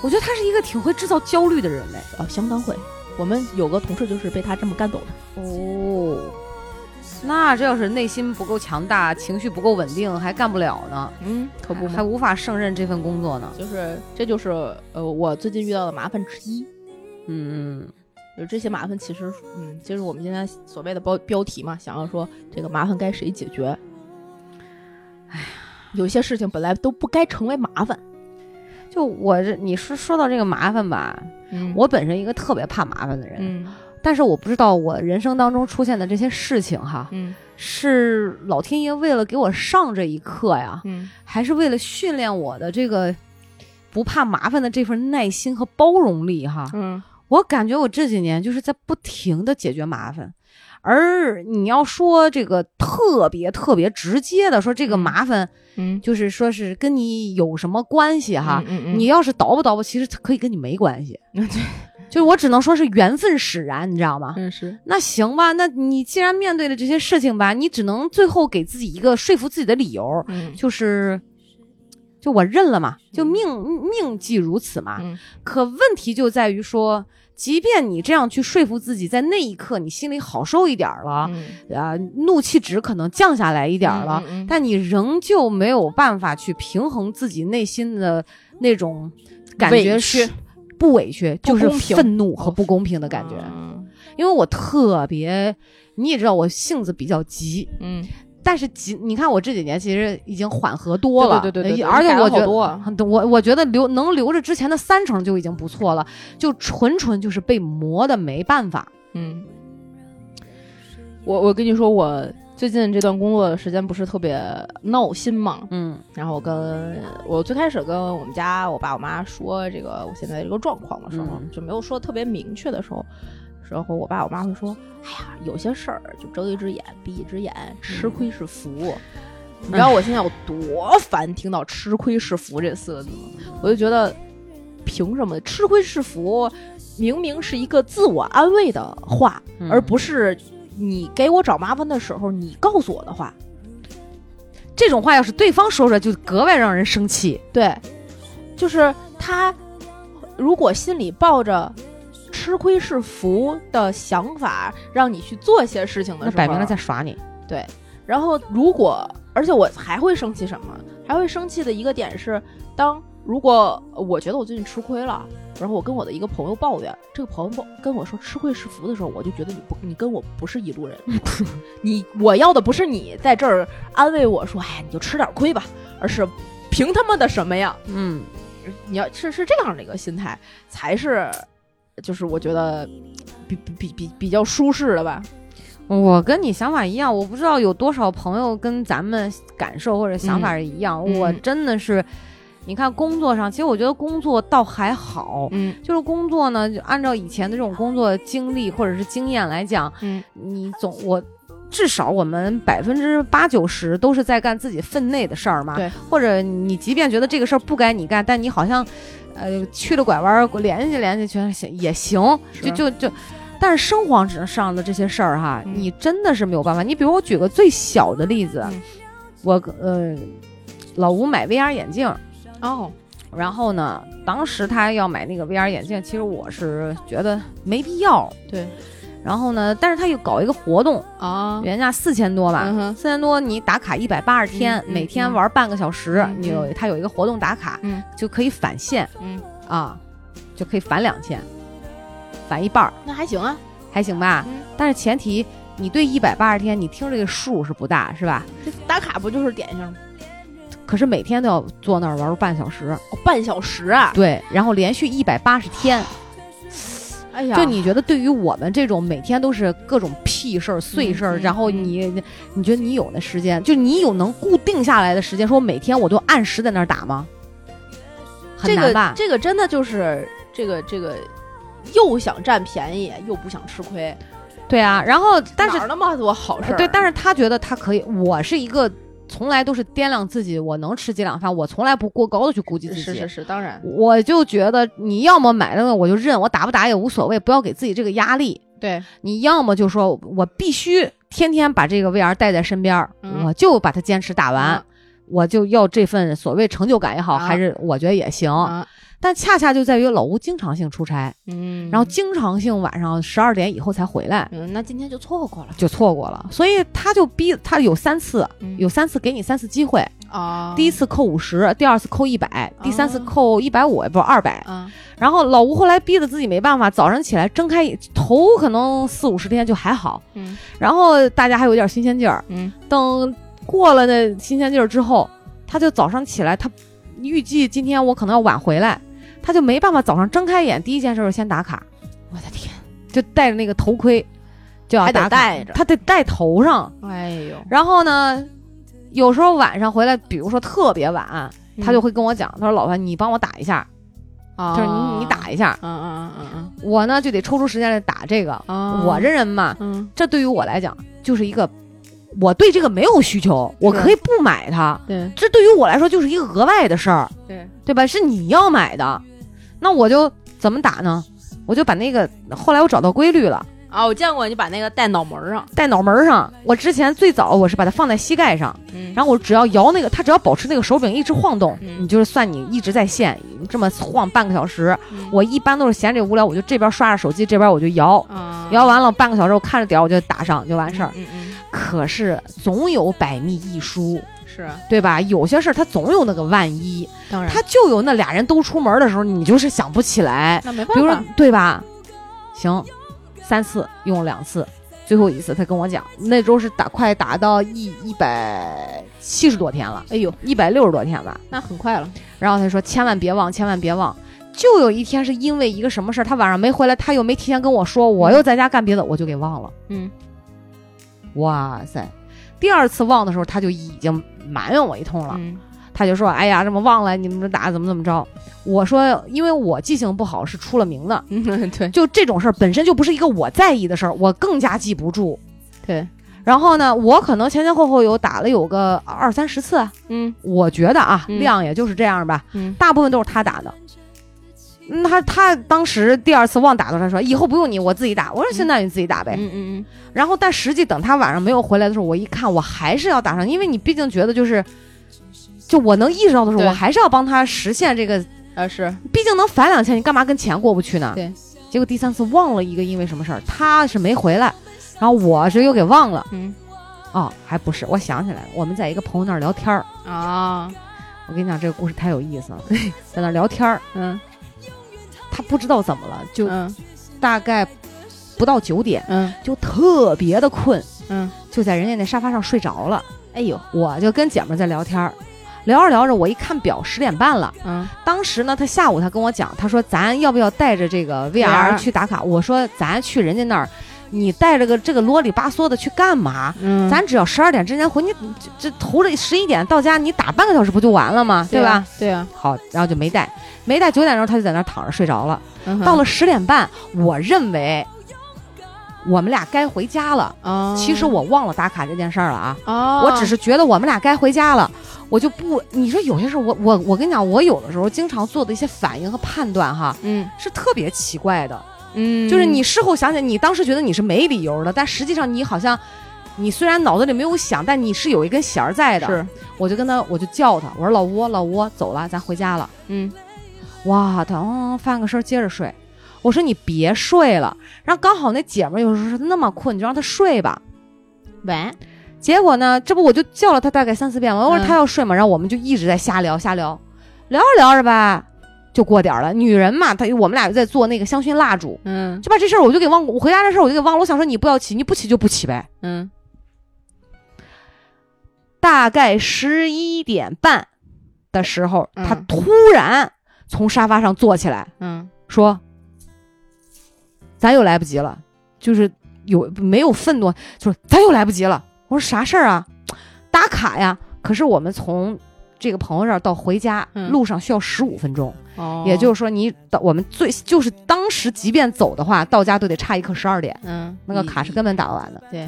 [SPEAKER 1] 我觉得她是一个挺会制造焦虑的人嘞。
[SPEAKER 2] 啊，相当会。我们有个同事就是被他这么干走的。
[SPEAKER 1] 哦，那这要是内心不够强大，情绪不够稳定，还干不了呢，
[SPEAKER 2] 嗯，可
[SPEAKER 1] 还还无法胜任这份工作呢。
[SPEAKER 2] 就是这就是呃我最近遇到的麻烦之一。
[SPEAKER 1] 嗯，
[SPEAKER 2] 就是这些麻烦，其实嗯，就是我们今天所谓的标标题嘛，想要说这个麻烦该谁解决。哎呀，有些事情本来都不该成为麻烦。
[SPEAKER 1] 就我这，你是说到这个麻烦吧，
[SPEAKER 2] 嗯我
[SPEAKER 1] 我本身一个特别怕麻烦的人，
[SPEAKER 2] 嗯
[SPEAKER 1] 但是我不知道我人生当中出现的这些事情哈，
[SPEAKER 2] 嗯
[SPEAKER 1] 是老天爷为了给我上这一课呀，
[SPEAKER 2] 嗯
[SPEAKER 1] 还是为了训练我的这个不怕麻烦的这份耐心和包容力哈？
[SPEAKER 2] 嗯
[SPEAKER 1] 我感觉我这几年就是在不停的解决麻烦，而你要说这个特别特别直接的说这个
[SPEAKER 2] 嗯
[SPEAKER 1] 麻烦，
[SPEAKER 2] 嗯，
[SPEAKER 1] 就是说是跟你有什么关系哈？
[SPEAKER 2] 嗯
[SPEAKER 1] 你要是捣吧捣吧，其实它可以跟你没关系，
[SPEAKER 2] 嗯对
[SPEAKER 1] 就是我只能说是缘分使然，你知道吗？
[SPEAKER 2] 嗯是
[SPEAKER 1] 那行吧，那你既然面对了这些事情吧，你只能最后给自己一个说服自己的理由，
[SPEAKER 2] <laughs> 嗯
[SPEAKER 1] 就是，就我认了嘛，就命命既如此嘛。
[SPEAKER 2] 嗯
[SPEAKER 1] 可问题就在于说，即便你这样去说服自己，在那一刻你心里好受一点儿了，
[SPEAKER 2] 嗯
[SPEAKER 1] 啊，怒气值可能降下来一点儿了，
[SPEAKER 2] 嗯嗯嗯
[SPEAKER 1] 但你仍旧没有办法去平衡自己内心的那种
[SPEAKER 2] 嗯
[SPEAKER 1] 感觉
[SPEAKER 2] 委屈
[SPEAKER 1] 是。不委屈，
[SPEAKER 2] 不
[SPEAKER 1] 就是
[SPEAKER 2] 公平哦
[SPEAKER 1] 愤怒和不公平的感觉。因为我特别，你也知道，我性子比较急，
[SPEAKER 2] 嗯，
[SPEAKER 1] 但是急，你看我这几年其实已经缓和多了，
[SPEAKER 2] 对对对对对
[SPEAKER 1] 而且
[SPEAKER 2] 改了
[SPEAKER 1] 我觉
[SPEAKER 2] 好
[SPEAKER 1] 得
[SPEAKER 2] 多
[SPEAKER 1] 很多，我我觉得留能留着之前的三成就已经不错了，就纯纯就是被磨的没办法。
[SPEAKER 2] 嗯，我我跟你说，我最近这段工作时间不是特别闹心嘛，
[SPEAKER 1] 嗯
[SPEAKER 2] 然后我跟我最开始跟我们家我爸我妈说这个我现在这个状况的时候，
[SPEAKER 1] 嗯
[SPEAKER 2] 就没有说特别明确的时候。然后我爸我妈会说：“哎呀，有些事儿就睁一只眼闭一只眼，
[SPEAKER 1] 嗯
[SPEAKER 2] 吃亏是福。你知道我现在有多烦听到“吃亏是福”这四个字吗？我就觉得，凭什么“吃亏是福”明明是一个自我安慰的话，
[SPEAKER 1] 嗯
[SPEAKER 2] 而不是你给我找麻烦的时候你告诉我的话。
[SPEAKER 1] 这种话要是对方说出来，就格外让人生气。
[SPEAKER 2] 对，就是他如果心里抱着吃亏是福的想法，让你去做些事情的
[SPEAKER 1] 那
[SPEAKER 2] 时候，
[SPEAKER 1] 摆明了在耍你。
[SPEAKER 2] 然后如果，而且我还会生气什么？还会生气的一个点是，当如果我觉得我最近吃亏了，然后我跟我的一个朋友抱怨，这个朋友跟我说吃亏是福的时候，我就觉得你不，你跟我不是一
[SPEAKER 1] <laughs>
[SPEAKER 2] 路人。你我要的不是你在这儿安慰我说，哎，你就吃点亏吧，而是凭他妈的什么呀？
[SPEAKER 1] 嗯，
[SPEAKER 2] 你要是是这样的一个心态，才是就是我觉得比比比比比较舒适的吧。
[SPEAKER 1] 我跟你想法一样，我不知道有多少朋友跟咱们感受或者想法是一样。
[SPEAKER 2] 嗯
[SPEAKER 1] 我真的是，你看工作上，其实我觉得工作倒还好，
[SPEAKER 2] 嗯
[SPEAKER 1] 就是工作呢，就按照以前的这种工作经历或者是经验来讲，
[SPEAKER 2] 嗯
[SPEAKER 1] 你总我。至少我们百分之八九十都是在干自己分内的事儿嘛，
[SPEAKER 2] 对。
[SPEAKER 1] 或者你即便觉得这个事儿不该你干，但你好像，呃，去了拐弯儿联系联系，觉得行也行，
[SPEAKER 2] 是
[SPEAKER 1] 就就就。但是生活上上的这些事儿哈，
[SPEAKER 2] 嗯
[SPEAKER 1] 你真的是没有办法。你比如我举个最小的例子，
[SPEAKER 2] 嗯
[SPEAKER 1] 我呃，老吴买 VR 眼镜，
[SPEAKER 2] 哦，
[SPEAKER 1] 然后呢，当时他要买那个 VR 眼镜，其实我是觉得没必要。
[SPEAKER 2] 对
[SPEAKER 1] 然后呢，但是他又搞一个活动，
[SPEAKER 2] 啊，
[SPEAKER 1] 原价四千多吧，
[SPEAKER 2] 嗯哼
[SPEAKER 1] 四千多你打卡一百八十天，
[SPEAKER 2] 嗯嗯
[SPEAKER 1] 每天玩半个小时，
[SPEAKER 2] 嗯
[SPEAKER 1] 你有他有一个活动打卡，
[SPEAKER 2] 嗯
[SPEAKER 1] 就可以返现
[SPEAKER 2] 嗯，
[SPEAKER 1] 啊，就可以返两千，返一半儿。
[SPEAKER 2] 那还行啊，
[SPEAKER 1] 还行吧。
[SPEAKER 2] 嗯
[SPEAKER 1] 但是前提你对一百八十天，你听这个数是不大，是吧？
[SPEAKER 2] 这打卡不就是点一下吗？
[SPEAKER 1] 可是每天都要坐那儿玩半小时，
[SPEAKER 2] 哦，半小时啊，
[SPEAKER 1] 对，然后连续一百八十天。
[SPEAKER 2] 哎呀，
[SPEAKER 1] 就你觉得，对于我们这种每天都是各种屁事儿、碎事儿，
[SPEAKER 2] 嗯
[SPEAKER 1] 然后你，你觉得你有那时间，就你有能固定下来的时间，说每天我都按时在那儿打吗？很
[SPEAKER 2] 这
[SPEAKER 1] 难
[SPEAKER 2] 个
[SPEAKER 1] 吧？
[SPEAKER 2] 这个真的就是这个这个。又想占便宜，又不想吃亏，
[SPEAKER 1] 对啊，然后但是
[SPEAKER 2] 哪儿那么多好事儿？啊
[SPEAKER 1] 对，但是他觉得他可以。我是一个从来都是掂量自己，我能吃几两饭，我从来不过高的去估计自己。
[SPEAKER 2] 是是是，当然，
[SPEAKER 1] 我就觉得你要么买那个我就认，我打不打也无所谓，不要给自己这个压力。
[SPEAKER 2] 对，
[SPEAKER 1] 你要么就说我必须天天把这个 VR 带在身边儿，
[SPEAKER 2] 嗯
[SPEAKER 1] 我就把它坚持打完，我就要这份所谓成就感也好，
[SPEAKER 2] 啊
[SPEAKER 1] 还是我觉得也行。
[SPEAKER 2] 啊，
[SPEAKER 1] 但恰恰就在于老吴经常性出差，
[SPEAKER 2] 嗯，
[SPEAKER 1] 然后经常性晚上十二点以后才回来，
[SPEAKER 2] 嗯，那今天就错过了，
[SPEAKER 1] 就错过了。所以他就逼他有三次，
[SPEAKER 2] 嗯
[SPEAKER 1] 有三次给你三次机会，
[SPEAKER 2] 啊，
[SPEAKER 1] 第一次扣五十，第二次扣一百，第三次
[SPEAKER 2] 啊
[SPEAKER 1] 扣一百五，不二百。
[SPEAKER 2] 啊，
[SPEAKER 1] 然后老吴后来逼得自己没办法，早上起来睁开头，可能四五十天就还好，
[SPEAKER 2] 嗯
[SPEAKER 1] 然后大家还有点新鲜劲儿。
[SPEAKER 2] 嗯
[SPEAKER 1] 等过了那新鲜劲儿之后，他就早上起来，他预计今天我可能要晚回来，他就没办法早上睁开眼，第一件事就是先打卡，
[SPEAKER 2] 我的天，
[SPEAKER 1] 就戴着那个头盔，就要
[SPEAKER 2] 还
[SPEAKER 1] 打
[SPEAKER 2] 得
[SPEAKER 1] 卡，
[SPEAKER 2] 带着，
[SPEAKER 1] 他得戴头上。
[SPEAKER 2] 哎呦，
[SPEAKER 1] 然后呢，有时候晚上回来，比如说特别晚，
[SPEAKER 2] 嗯
[SPEAKER 1] 他就会跟我讲，他说：“老潘，你帮我打一下，
[SPEAKER 2] 就
[SPEAKER 1] 就是你你，打一下。”
[SPEAKER 2] 嗯嗯嗯
[SPEAKER 1] 我呢就得抽出时间来打这个。
[SPEAKER 2] 嗯啊，
[SPEAKER 1] 我这人嘛，
[SPEAKER 2] 嗯，
[SPEAKER 1] 这对于我来讲就是一个，我对这个没有需求，我可以不买它。
[SPEAKER 2] 对
[SPEAKER 1] 这对于我来说就是一个额外的事儿，
[SPEAKER 2] 对，
[SPEAKER 1] 对吧？是你要买的，那我就怎么打呢？我就把那个后来我找到规律了，
[SPEAKER 2] 啊，我见过你把那个戴脑门儿上，
[SPEAKER 1] 戴脑门儿上。我之前最早我是把它放在膝盖上，
[SPEAKER 2] 嗯
[SPEAKER 1] 然后我只要摇那个，它只要保持那个手柄一直晃动，
[SPEAKER 2] 嗯
[SPEAKER 1] 你就是算你一直在线，这么晃半个小时。
[SPEAKER 2] 后
[SPEAKER 1] 我一般都是闲着也无聊，我就这边刷着手机，这边我就摇，
[SPEAKER 2] 啊
[SPEAKER 1] 摇完了半个小时，我看着点儿我就打上就完事儿。
[SPEAKER 2] 嗯嗯
[SPEAKER 1] 可是总有百密一疏，
[SPEAKER 2] 嗯是，
[SPEAKER 1] 对吧？有些事儿它总有那个万一，
[SPEAKER 2] 当然
[SPEAKER 1] 它就有那俩人都出门的时候，你就是想不起来，
[SPEAKER 2] 那没办
[SPEAKER 1] 比如说
[SPEAKER 2] 法，
[SPEAKER 1] 对吧？行，三次用了两次，最后一次他跟我讲，那周是打快打到一一百七十多天了，
[SPEAKER 2] 哎呦，
[SPEAKER 1] 一百六十多天吧。
[SPEAKER 2] 那很快了，
[SPEAKER 1] 然后他说千万别忘，千万别忘。就有一天是因为一个什么事儿，他晚上没回来，他又没提前跟我说，我又在家干别的，我就给忘了。
[SPEAKER 2] 嗯，
[SPEAKER 1] 哇塞！第二次忘的时候，他就已经埋怨我一通了，
[SPEAKER 2] 嗯
[SPEAKER 1] 他就说：“哎呀，这么忘了，你们这打怎么怎么着？”我说：“因为我记性不好是出了名的，
[SPEAKER 2] 嗯， <laughs> 对
[SPEAKER 1] 就这种事儿本身就不是一个我在意的事儿，我更加记不住。
[SPEAKER 2] 对，
[SPEAKER 1] 然后呢，我可能前前后后有打了有个二三十次，啊
[SPEAKER 2] 嗯
[SPEAKER 1] 我觉得啊，
[SPEAKER 2] 嗯
[SPEAKER 1] 量也就是这样吧。
[SPEAKER 2] 嗯
[SPEAKER 1] 大部分都是他打的。嗯，他他当时第二次忘打的时候，他说以后不用你，我自己打。我说
[SPEAKER 2] 嗯
[SPEAKER 1] 现在你自己打呗。
[SPEAKER 2] 嗯嗯
[SPEAKER 1] 然后，但实际等他晚上没有回来的时候，我一看，我还是要打上，因为你毕竟觉得就是，就我能意识到的时候，
[SPEAKER 2] 对
[SPEAKER 1] 我还是要帮他实现这个，
[SPEAKER 2] 嗯，啊是，
[SPEAKER 1] 毕竟能返两千，你干嘛跟钱过不去呢？
[SPEAKER 2] 对。
[SPEAKER 1] 结果第三次忘了一个因为什么事儿，他是没回来，然后我是又给忘了。
[SPEAKER 2] 嗯
[SPEAKER 1] 哦，还不是，我想起来了，我们在一个朋友那儿聊天儿。
[SPEAKER 2] 啊，
[SPEAKER 1] 我跟你讲，这个故事太有意思了， <laughs> 在那儿聊天儿，
[SPEAKER 2] 嗯
[SPEAKER 1] 他不知道怎么了，就
[SPEAKER 2] 嗯
[SPEAKER 1] 大概不到九点，
[SPEAKER 2] 嗯
[SPEAKER 1] 就特别的困，
[SPEAKER 2] 嗯，
[SPEAKER 1] 就在人家那沙发上睡着了。
[SPEAKER 2] 哎呦，
[SPEAKER 1] 我就跟姐们儿在聊天儿，聊着聊着，我一看表，十点半了。
[SPEAKER 2] 嗯，
[SPEAKER 1] 当时呢，他下午他跟我讲，他说咱要不要带着这个 VR
[SPEAKER 2] VR
[SPEAKER 1] 去打卡？我说咱去人家那儿，你带着个这个啰里吧嗦的去干嘛？
[SPEAKER 2] 嗯
[SPEAKER 1] 咱只要十二点之前回，你这这头着十一点到家，你打半个小时不就完了吗？对吧？？
[SPEAKER 2] 对啊，
[SPEAKER 1] 好，然后就没带，没带九点钟他就在那儿躺着睡着了。到
[SPEAKER 2] 到了
[SPEAKER 1] 了十点半，我认为我们俩该回家了。
[SPEAKER 2] 啊
[SPEAKER 1] 其实我忘了打卡这件事儿了啊，
[SPEAKER 2] 啊，
[SPEAKER 1] 我只是觉得我们俩该回家了，我就不。你说有些事儿，我我我跟你讲，我有的时候经常做的一些反应和判断哈，
[SPEAKER 2] 嗯
[SPEAKER 1] 是特别奇怪的。
[SPEAKER 2] 嗯，
[SPEAKER 1] 就是你事后想起来，你当时觉得你是没理由的，但实际上你好像。你虽然脑子里没有想，但你是有一根弦儿在的。
[SPEAKER 2] 是
[SPEAKER 1] 我就跟他，我就叫他，我说老窝，老窝，走了，咱回家了。
[SPEAKER 2] 嗯
[SPEAKER 1] 哇，他嗯翻个身儿接着睡。我说你别睡了，然后刚好那姐们儿有时候那么困，你就让她睡吧。
[SPEAKER 2] 喂
[SPEAKER 1] 结果呢，这不我就叫了她大概三四遍嘛，我说
[SPEAKER 2] 嗯
[SPEAKER 1] 她要睡嘛，然后我们就一直在瞎聊瞎聊，聊着聊着吧，就过点儿了。女人嘛，她我们俩就在做那个香薰蜡烛，
[SPEAKER 2] 嗯
[SPEAKER 1] 就把这事儿我就给忘，我回家这事儿我就给忘了。我想说你不要起，你不起就不起呗。
[SPEAKER 2] 嗯
[SPEAKER 1] 大概十一点半的时候，
[SPEAKER 2] 嗯
[SPEAKER 1] 她突然从沙发上坐起来，
[SPEAKER 2] 嗯
[SPEAKER 1] 说：“咱又来不及了，就是有没有愤怒，就是咱又来不及了。”我说：“啥事儿啊？打卡呀！可是我们从这个朋友这儿到回家、
[SPEAKER 2] 嗯
[SPEAKER 1] 路上需要十五分钟，
[SPEAKER 2] 哦，
[SPEAKER 1] 也就是说你到我们最就是当时即便走的话，到家都得差一刻十二点，
[SPEAKER 2] 嗯
[SPEAKER 1] 那个卡是根本打不完的。
[SPEAKER 2] 对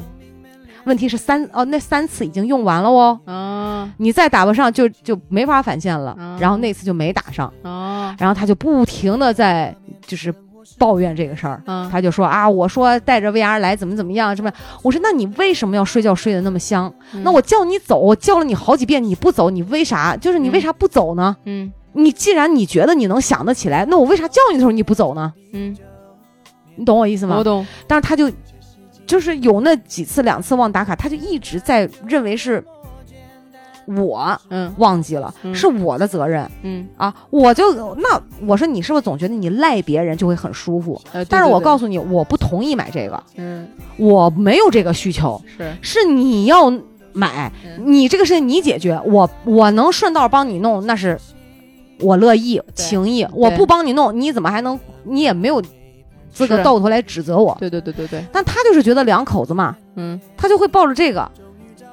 [SPEAKER 1] 问题是三哦，那三次已经用完了哦。”
[SPEAKER 2] 啊
[SPEAKER 1] 你再打不上就就没法返现了，
[SPEAKER 2] 嗯
[SPEAKER 1] 然后那次就没打上，
[SPEAKER 2] 啊
[SPEAKER 1] 然后他就不停的在就是抱怨这个事儿，
[SPEAKER 2] 嗯
[SPEAKER 1] 他就说啊，我说带着 VR 来怎么怎么样，什么？我说那你为什么要睡觉睡得那么香？
[SPEAKER 2] 嗯
[SPEAKER 1] 那我叫你走，我叫了你好几遍，你不走，你为啥？就是你为啥不走呢？
[SPEAKER 2] 嗯
[SPEAKER 1] 你既然你觉得你能想得起来，那我为啥叫你的时候你不走呢？
[SPEAKER 2] 嗯，
[SPEAKER 1] 你懂我意思吗
[SPEAKER 2] 我？懂，
[SPEAKER 1] 但是他就就是有那几次两次忘打卡，他就一直在认为是我
[SPEAKER 2] 嗯
[SPEAKER 1] 忘记了，
[SPEAKER 2] 嗯
[SPEAKER 1] 是我的责任
[SPEAKER 2] 嗯
[SPEAKER 1] 啊！我就那我说你是不是总觉得你赖别人就会很舒服？
[SPEAKER 2] 呃，
[SPEAKER 1] 但是我告
[SPEAKER 2] 诉
[SPEAKER 1] 诉你，我不同意买这个。
[SPEAKER 2] 嗯
[SPEAKER 1] 我没有这个需求，
[SPEAKER 2] 是
[SPEAKER 1] 是你要买，
[SPEAKER 2] 嗯
[SPEAKER 1] 你这个事情你解决，我我能顺道帮你弄，那是我乐意情意。我不帮你弄，你怎么还能？你也没有资格
[SPEAKER 2] 是
[SPEAKER 1] 到头来指责我。
[SPEAKER 2] 对对对对对，
[SPEAKER 1] 但他就是觉得两口子嘛，
[SPEAKER 2] 嗯
[SPEAKER 1] 他就会抱着这个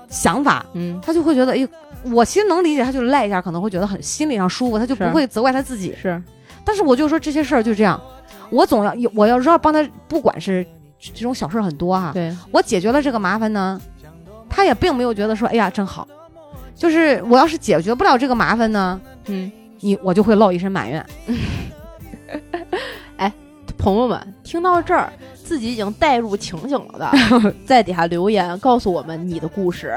[SPEAKER 1] 想法，
[SPEAKER 2] 嗯
[SPEAKER 1] 他就会觉得，哎呦，我其实能理解，他就赖一下，可能会觉得很心理上舒服，他就不
[SPEAKER 2] 是
[SPEAKER 1] 会责怪他自己。
[SPEAKER 2] 是
[SPEAKER 1] 但是我就说这些事儿就这样，我总要我要是要帮他，不管是这种小事儿很多哈、啊
[SPEAKER 2] 对
[SPEAKER 1] 我解决了这个麻烦呢，他也并没有觉得说，哎呀，真好。就是我要是解决不了这个麻烦呢，
[SPEAKER 2] 嗯。
[SPEAKER 1] 你我就会落一身埋怨。
[SPEAKER 2] 朋友们听到这儿，自己已经带入情景了的，
[SPEAKER 1] <laughs>
[SPEAKER 2] 在底下留言告诉我们你的故事，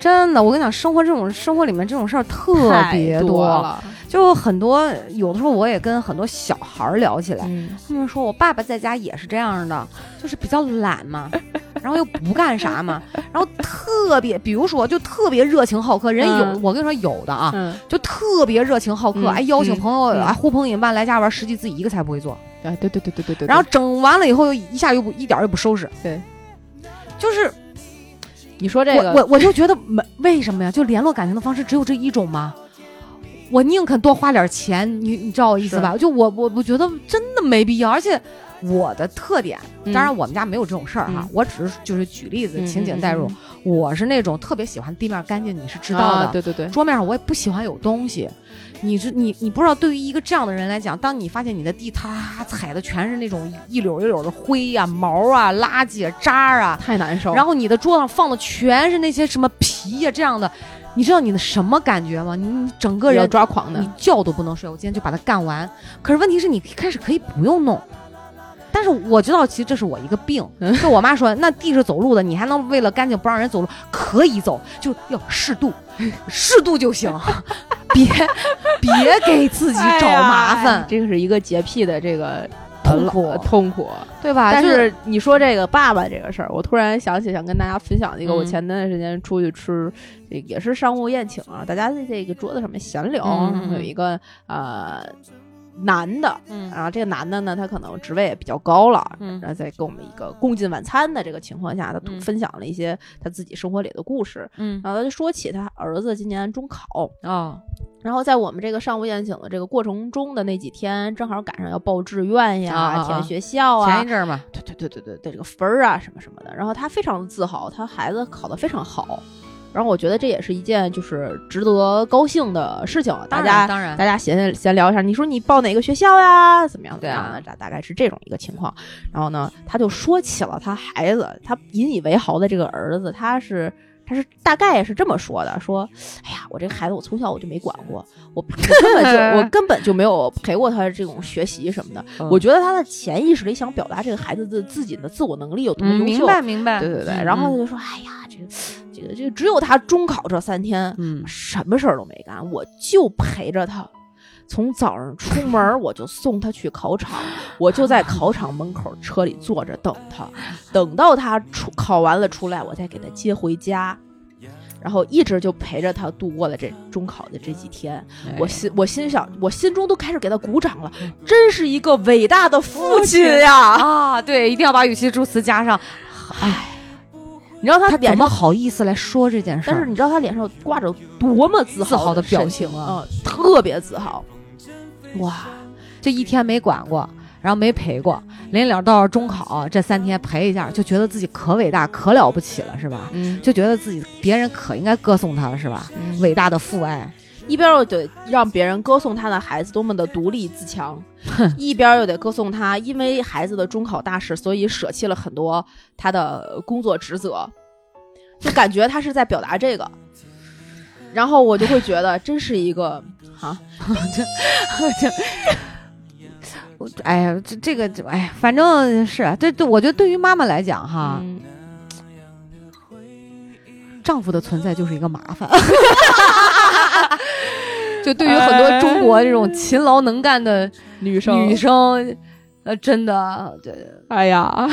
[SPEAKER 1] 真的，我跟你讲，生活这种生活里面这种事儿特别
[SPEAKER 2] 太多了。
[SPEAKER 1] 就很多有的时候我也跟很多小孩儿聊起来，
[SPEAKER 2] 嗯
[SPEAKER 1] 他们说我爸爸在家也是这样的，就是比较懒
[SPEAKER 2] <laughs>
[SPEAKER 1] 嘛，然后又不干啥嘛，然后特别，比如说就特别热情好客，人有、
[SPEAKER 2] 嗯
[SPEAKER 1] 我跟你说有的啊，
[SPEAKER 2] 嗯，
[SPEAKER 1] 就特别热情好客，
[SPEAKER 2] 嗯
[SPEAKER 1] 哎，邀请
[SPEAKER 2] 嗯
[SPEAKER 1] 朋友，
[SPEAKER 2] 嗯
[SPEAKER 1] 哎，呼朋引伴来家玩，实际自己一个菜不会做，
[SPEAKER 2] 哎，对对对对对对。
[SPEAKER 1] 然后整完了以后又一下又不一点儿也不收拾，
[SPEAKER 2] 对，
[SPEAKER 1] 就是
[SPEAKER 2] 你说这
[SPEAKER 1] 我
[SPEAKER 2] 个，
[SPEAKER 1] 我我就觉得没为什么呀？就联络感情的方式只有这一种吗？我宁肯多花点钱，你你知道我意思吧？就我我我觉得真的没必要，而且我的特点，
[SPEAKER 2] 嗯
[SPEAKER 1] 当然我们家没有这种事儿哈
[SPEAKER 2] 嗯，
[SPEAKER 1] 我只是就是举例子，
[SPEAKER 2] 嗯
[SPEAKER 1] 情景代入，我是那种特别喜欢地面干净，你是知道的
[SPEAKER 2] 啊，，对对对，
[SPEAKER 1] 桌面上我也不喜欢有东西。你这你你不知道，对于一个这样的人来讲，当你发现你的地他踩的全是那种一绺一绺的灰呀、毛啊、垃圾、啊、渣儿啊，
[SPEAKER 2] 太难受。
[SPEAKER 1] 然后你的桌上放的全是那些什么皮呀、这样的，你知道你的什么感觉吗？你你整个
[SPEAKER 2] 个人
[SPEAKER 1] 人
[SPEAKER 2] 抓狂
[SPEAKER 1] 你
[SPEAKER 2] 的，
[SPEAKER 1] 觉都不能睡，我今天就把它干完。可是问题是你一开始可以不用弄，但是我知道其实这是我一个病，
[SPEAKER 2] 嗯
[SPEAKER 1] 就我妈说那地是走路的，你还能为了干净不让人走路，可以走，就要适度，
[SPEAKER 2] 哎
[SPEAKER 1] 适度就行， <laughs> 别别给自己找麻
[SPEAKER 2] 哎
[SPEAKER 1] 烦，
[SPEAKER 2] 呀这个是一个洁癖的这个
[SPEAKER 1] 痛苦
[SPEAKER 2] 呃痛苦。
[SPEAKER 1] 对吧？
[SPEAKER 2] 但
[SPEAKER 1] 就是
[SPEAKER 2] 是你说这个爸爸这个事儿，我突然想起想跟大家分享一个，
[SPEAKER 1] 嗯
[SPEAKER 2] 我前段时间出去吃，这也是商务宴请啊，大家在这个桌子上面闲聊，
[SPEAKER 1] 嗯嗯嗯
[SPEAKER 2] 有一个呃男的，
[SPEAKER 1] 嗯
[SPEAKER 2] 然后这个男的呢，他可能职位也比较高了，
[SPEAKER 1] 嗯
[SPEAKER 2] 然后在跟我们一个共进晚餐的这个情况下，他
[SPEAKER 1] 嗯
[SPEAKER 2] 分享了一些他自己生活里的故事。
[SPEAKER 1] 嗯
[SPEAKER 2] 然后他就说起他儿子今年中考，
[SPEAKER 1] 哦
[SPEAKER 2] 然后在我们这个上午宴请的这个过程中的那几天，正好赶上要报志愿呀、
[SPEAKER 1] 啊啊啊
[SPEAKER 2] 填学校啊，
[SPEAKER 1] 前一阵儿嘛，
[SPEAKER 2] 对对对对对对，这个分儿啊什么什么的。然后他非常自豪，他孩子考得非常好。然后我觉得这也是一件就是值得高兴的事情，啊大
[SPEAKER 1] 当
[SPEAKER 2] 家
[SPEAKER 1] 然当然
[SPEAKER 2] 大家闲闲聊一下，你说你报哪个学校呀？怎么样？怎
[SPEAKER 1] 对
[SPEAKER 2] 么
[SPEAKER 1] 啊
[SPEAKER 2] 样的？大大概是这种一个情况。然后呢，他就说起了他孩子，他引以为豪的这个儿子，他是他是大概是这么说的：说，哎呀，我这个孩子我从小我就没管过，我我根本就我根本就没有陪过他这种学习什么的。
[SPEAKER 1] 嗯
[SPEAKER 2] 我觉得他的潜意识里想表达这个孩子的自己的自我能力有多
[SPEAKER 1] 嗯
[SPEAKER 2] 优秀。
[SPEAKER 1] 明白明白，
[SPEAKER 2] 对对对，
[SPEAKER 1] 嗯
[SPEAKER 2] 然后他就说：“哎呀，这个这个这个，只有他中考这三天，
[SPEAKER 1] 嗯
[SPEAKER 2] 什么事儿都没干，我就陪着他。从早上出
[SPEAKER 1] <laughs>
[SPEAKER 2] 门儿，我就送他去考场，我就在考场门口车里坐着等他，等到他出考完了出来，我再给他接回家，然后一直就陪着他度过了这中考的这几天。
[SPEAKER 1] 哎嗯
[SPEAKER 2] 我心我心想，我心中都开始给他鼓掌了，真是一个伟大的父亲呀！
[SPEAKER 1] 啊，对，一定要把语气助词加上。
[SPEAKER 2] 哎，你知道他
[SPEAKER 1] 他
[SPEAKER 2] 脸
[SPEAKER 1] 怎
[SPEAKER 2] 上，
[SPEAKER 1] 么好意思来说这件事
[SPEAKER 2] 但是
[SPEAKER 1] 儿？
[SPEAKER 2] 你知道他脸上挂着多么自
[SPEAKER 1] 自豪
[SPEAKER 2] 的
[SPEAKER 1] 的表
[SPEAKER 2] 神
[SPEAKER 1] 情啊，
[SPEAKER 2] 嗯，特别自豪。哇，
[SPEAKER 1] 这一天没管过，然后没陪过，临了到了中考这三天陪一下，就觉得自己可伟大、可了不起了，是吧？
[SPEAKER 2] 嗯，
[SPEAKER 1] 就觉得自己别人可应该歌颂他了，是吧？伟大的父爱，
[SPEAKER 2] 一边儿又得让别人歌颂他的孩子多么的独立自 <laughs> 强，一边儿又得歌颂他因为孩子的中考大事，所以舍弃了很多他的工作职责，就感觉他是在表达这个。然后我就会觉得，真是一个啊，
[SPEAKER 1] 我哎呀，这这个哎呀，反正是对对，我觉得对于妈妈来讲哈，
[SPEAKER 2] 嗯
[SPEAKER 1] 丈夫的存在就是一个麻
[SPEAKER 2] <laughs>
[SPEAKER 1] 烦。就对于很多中国这种勤劳能干的
[SPEAKER 2] 女
[SPEAKER 1] 女生，呃，真的，对
[SPEAKER 2] 哎 <laughs> 呀，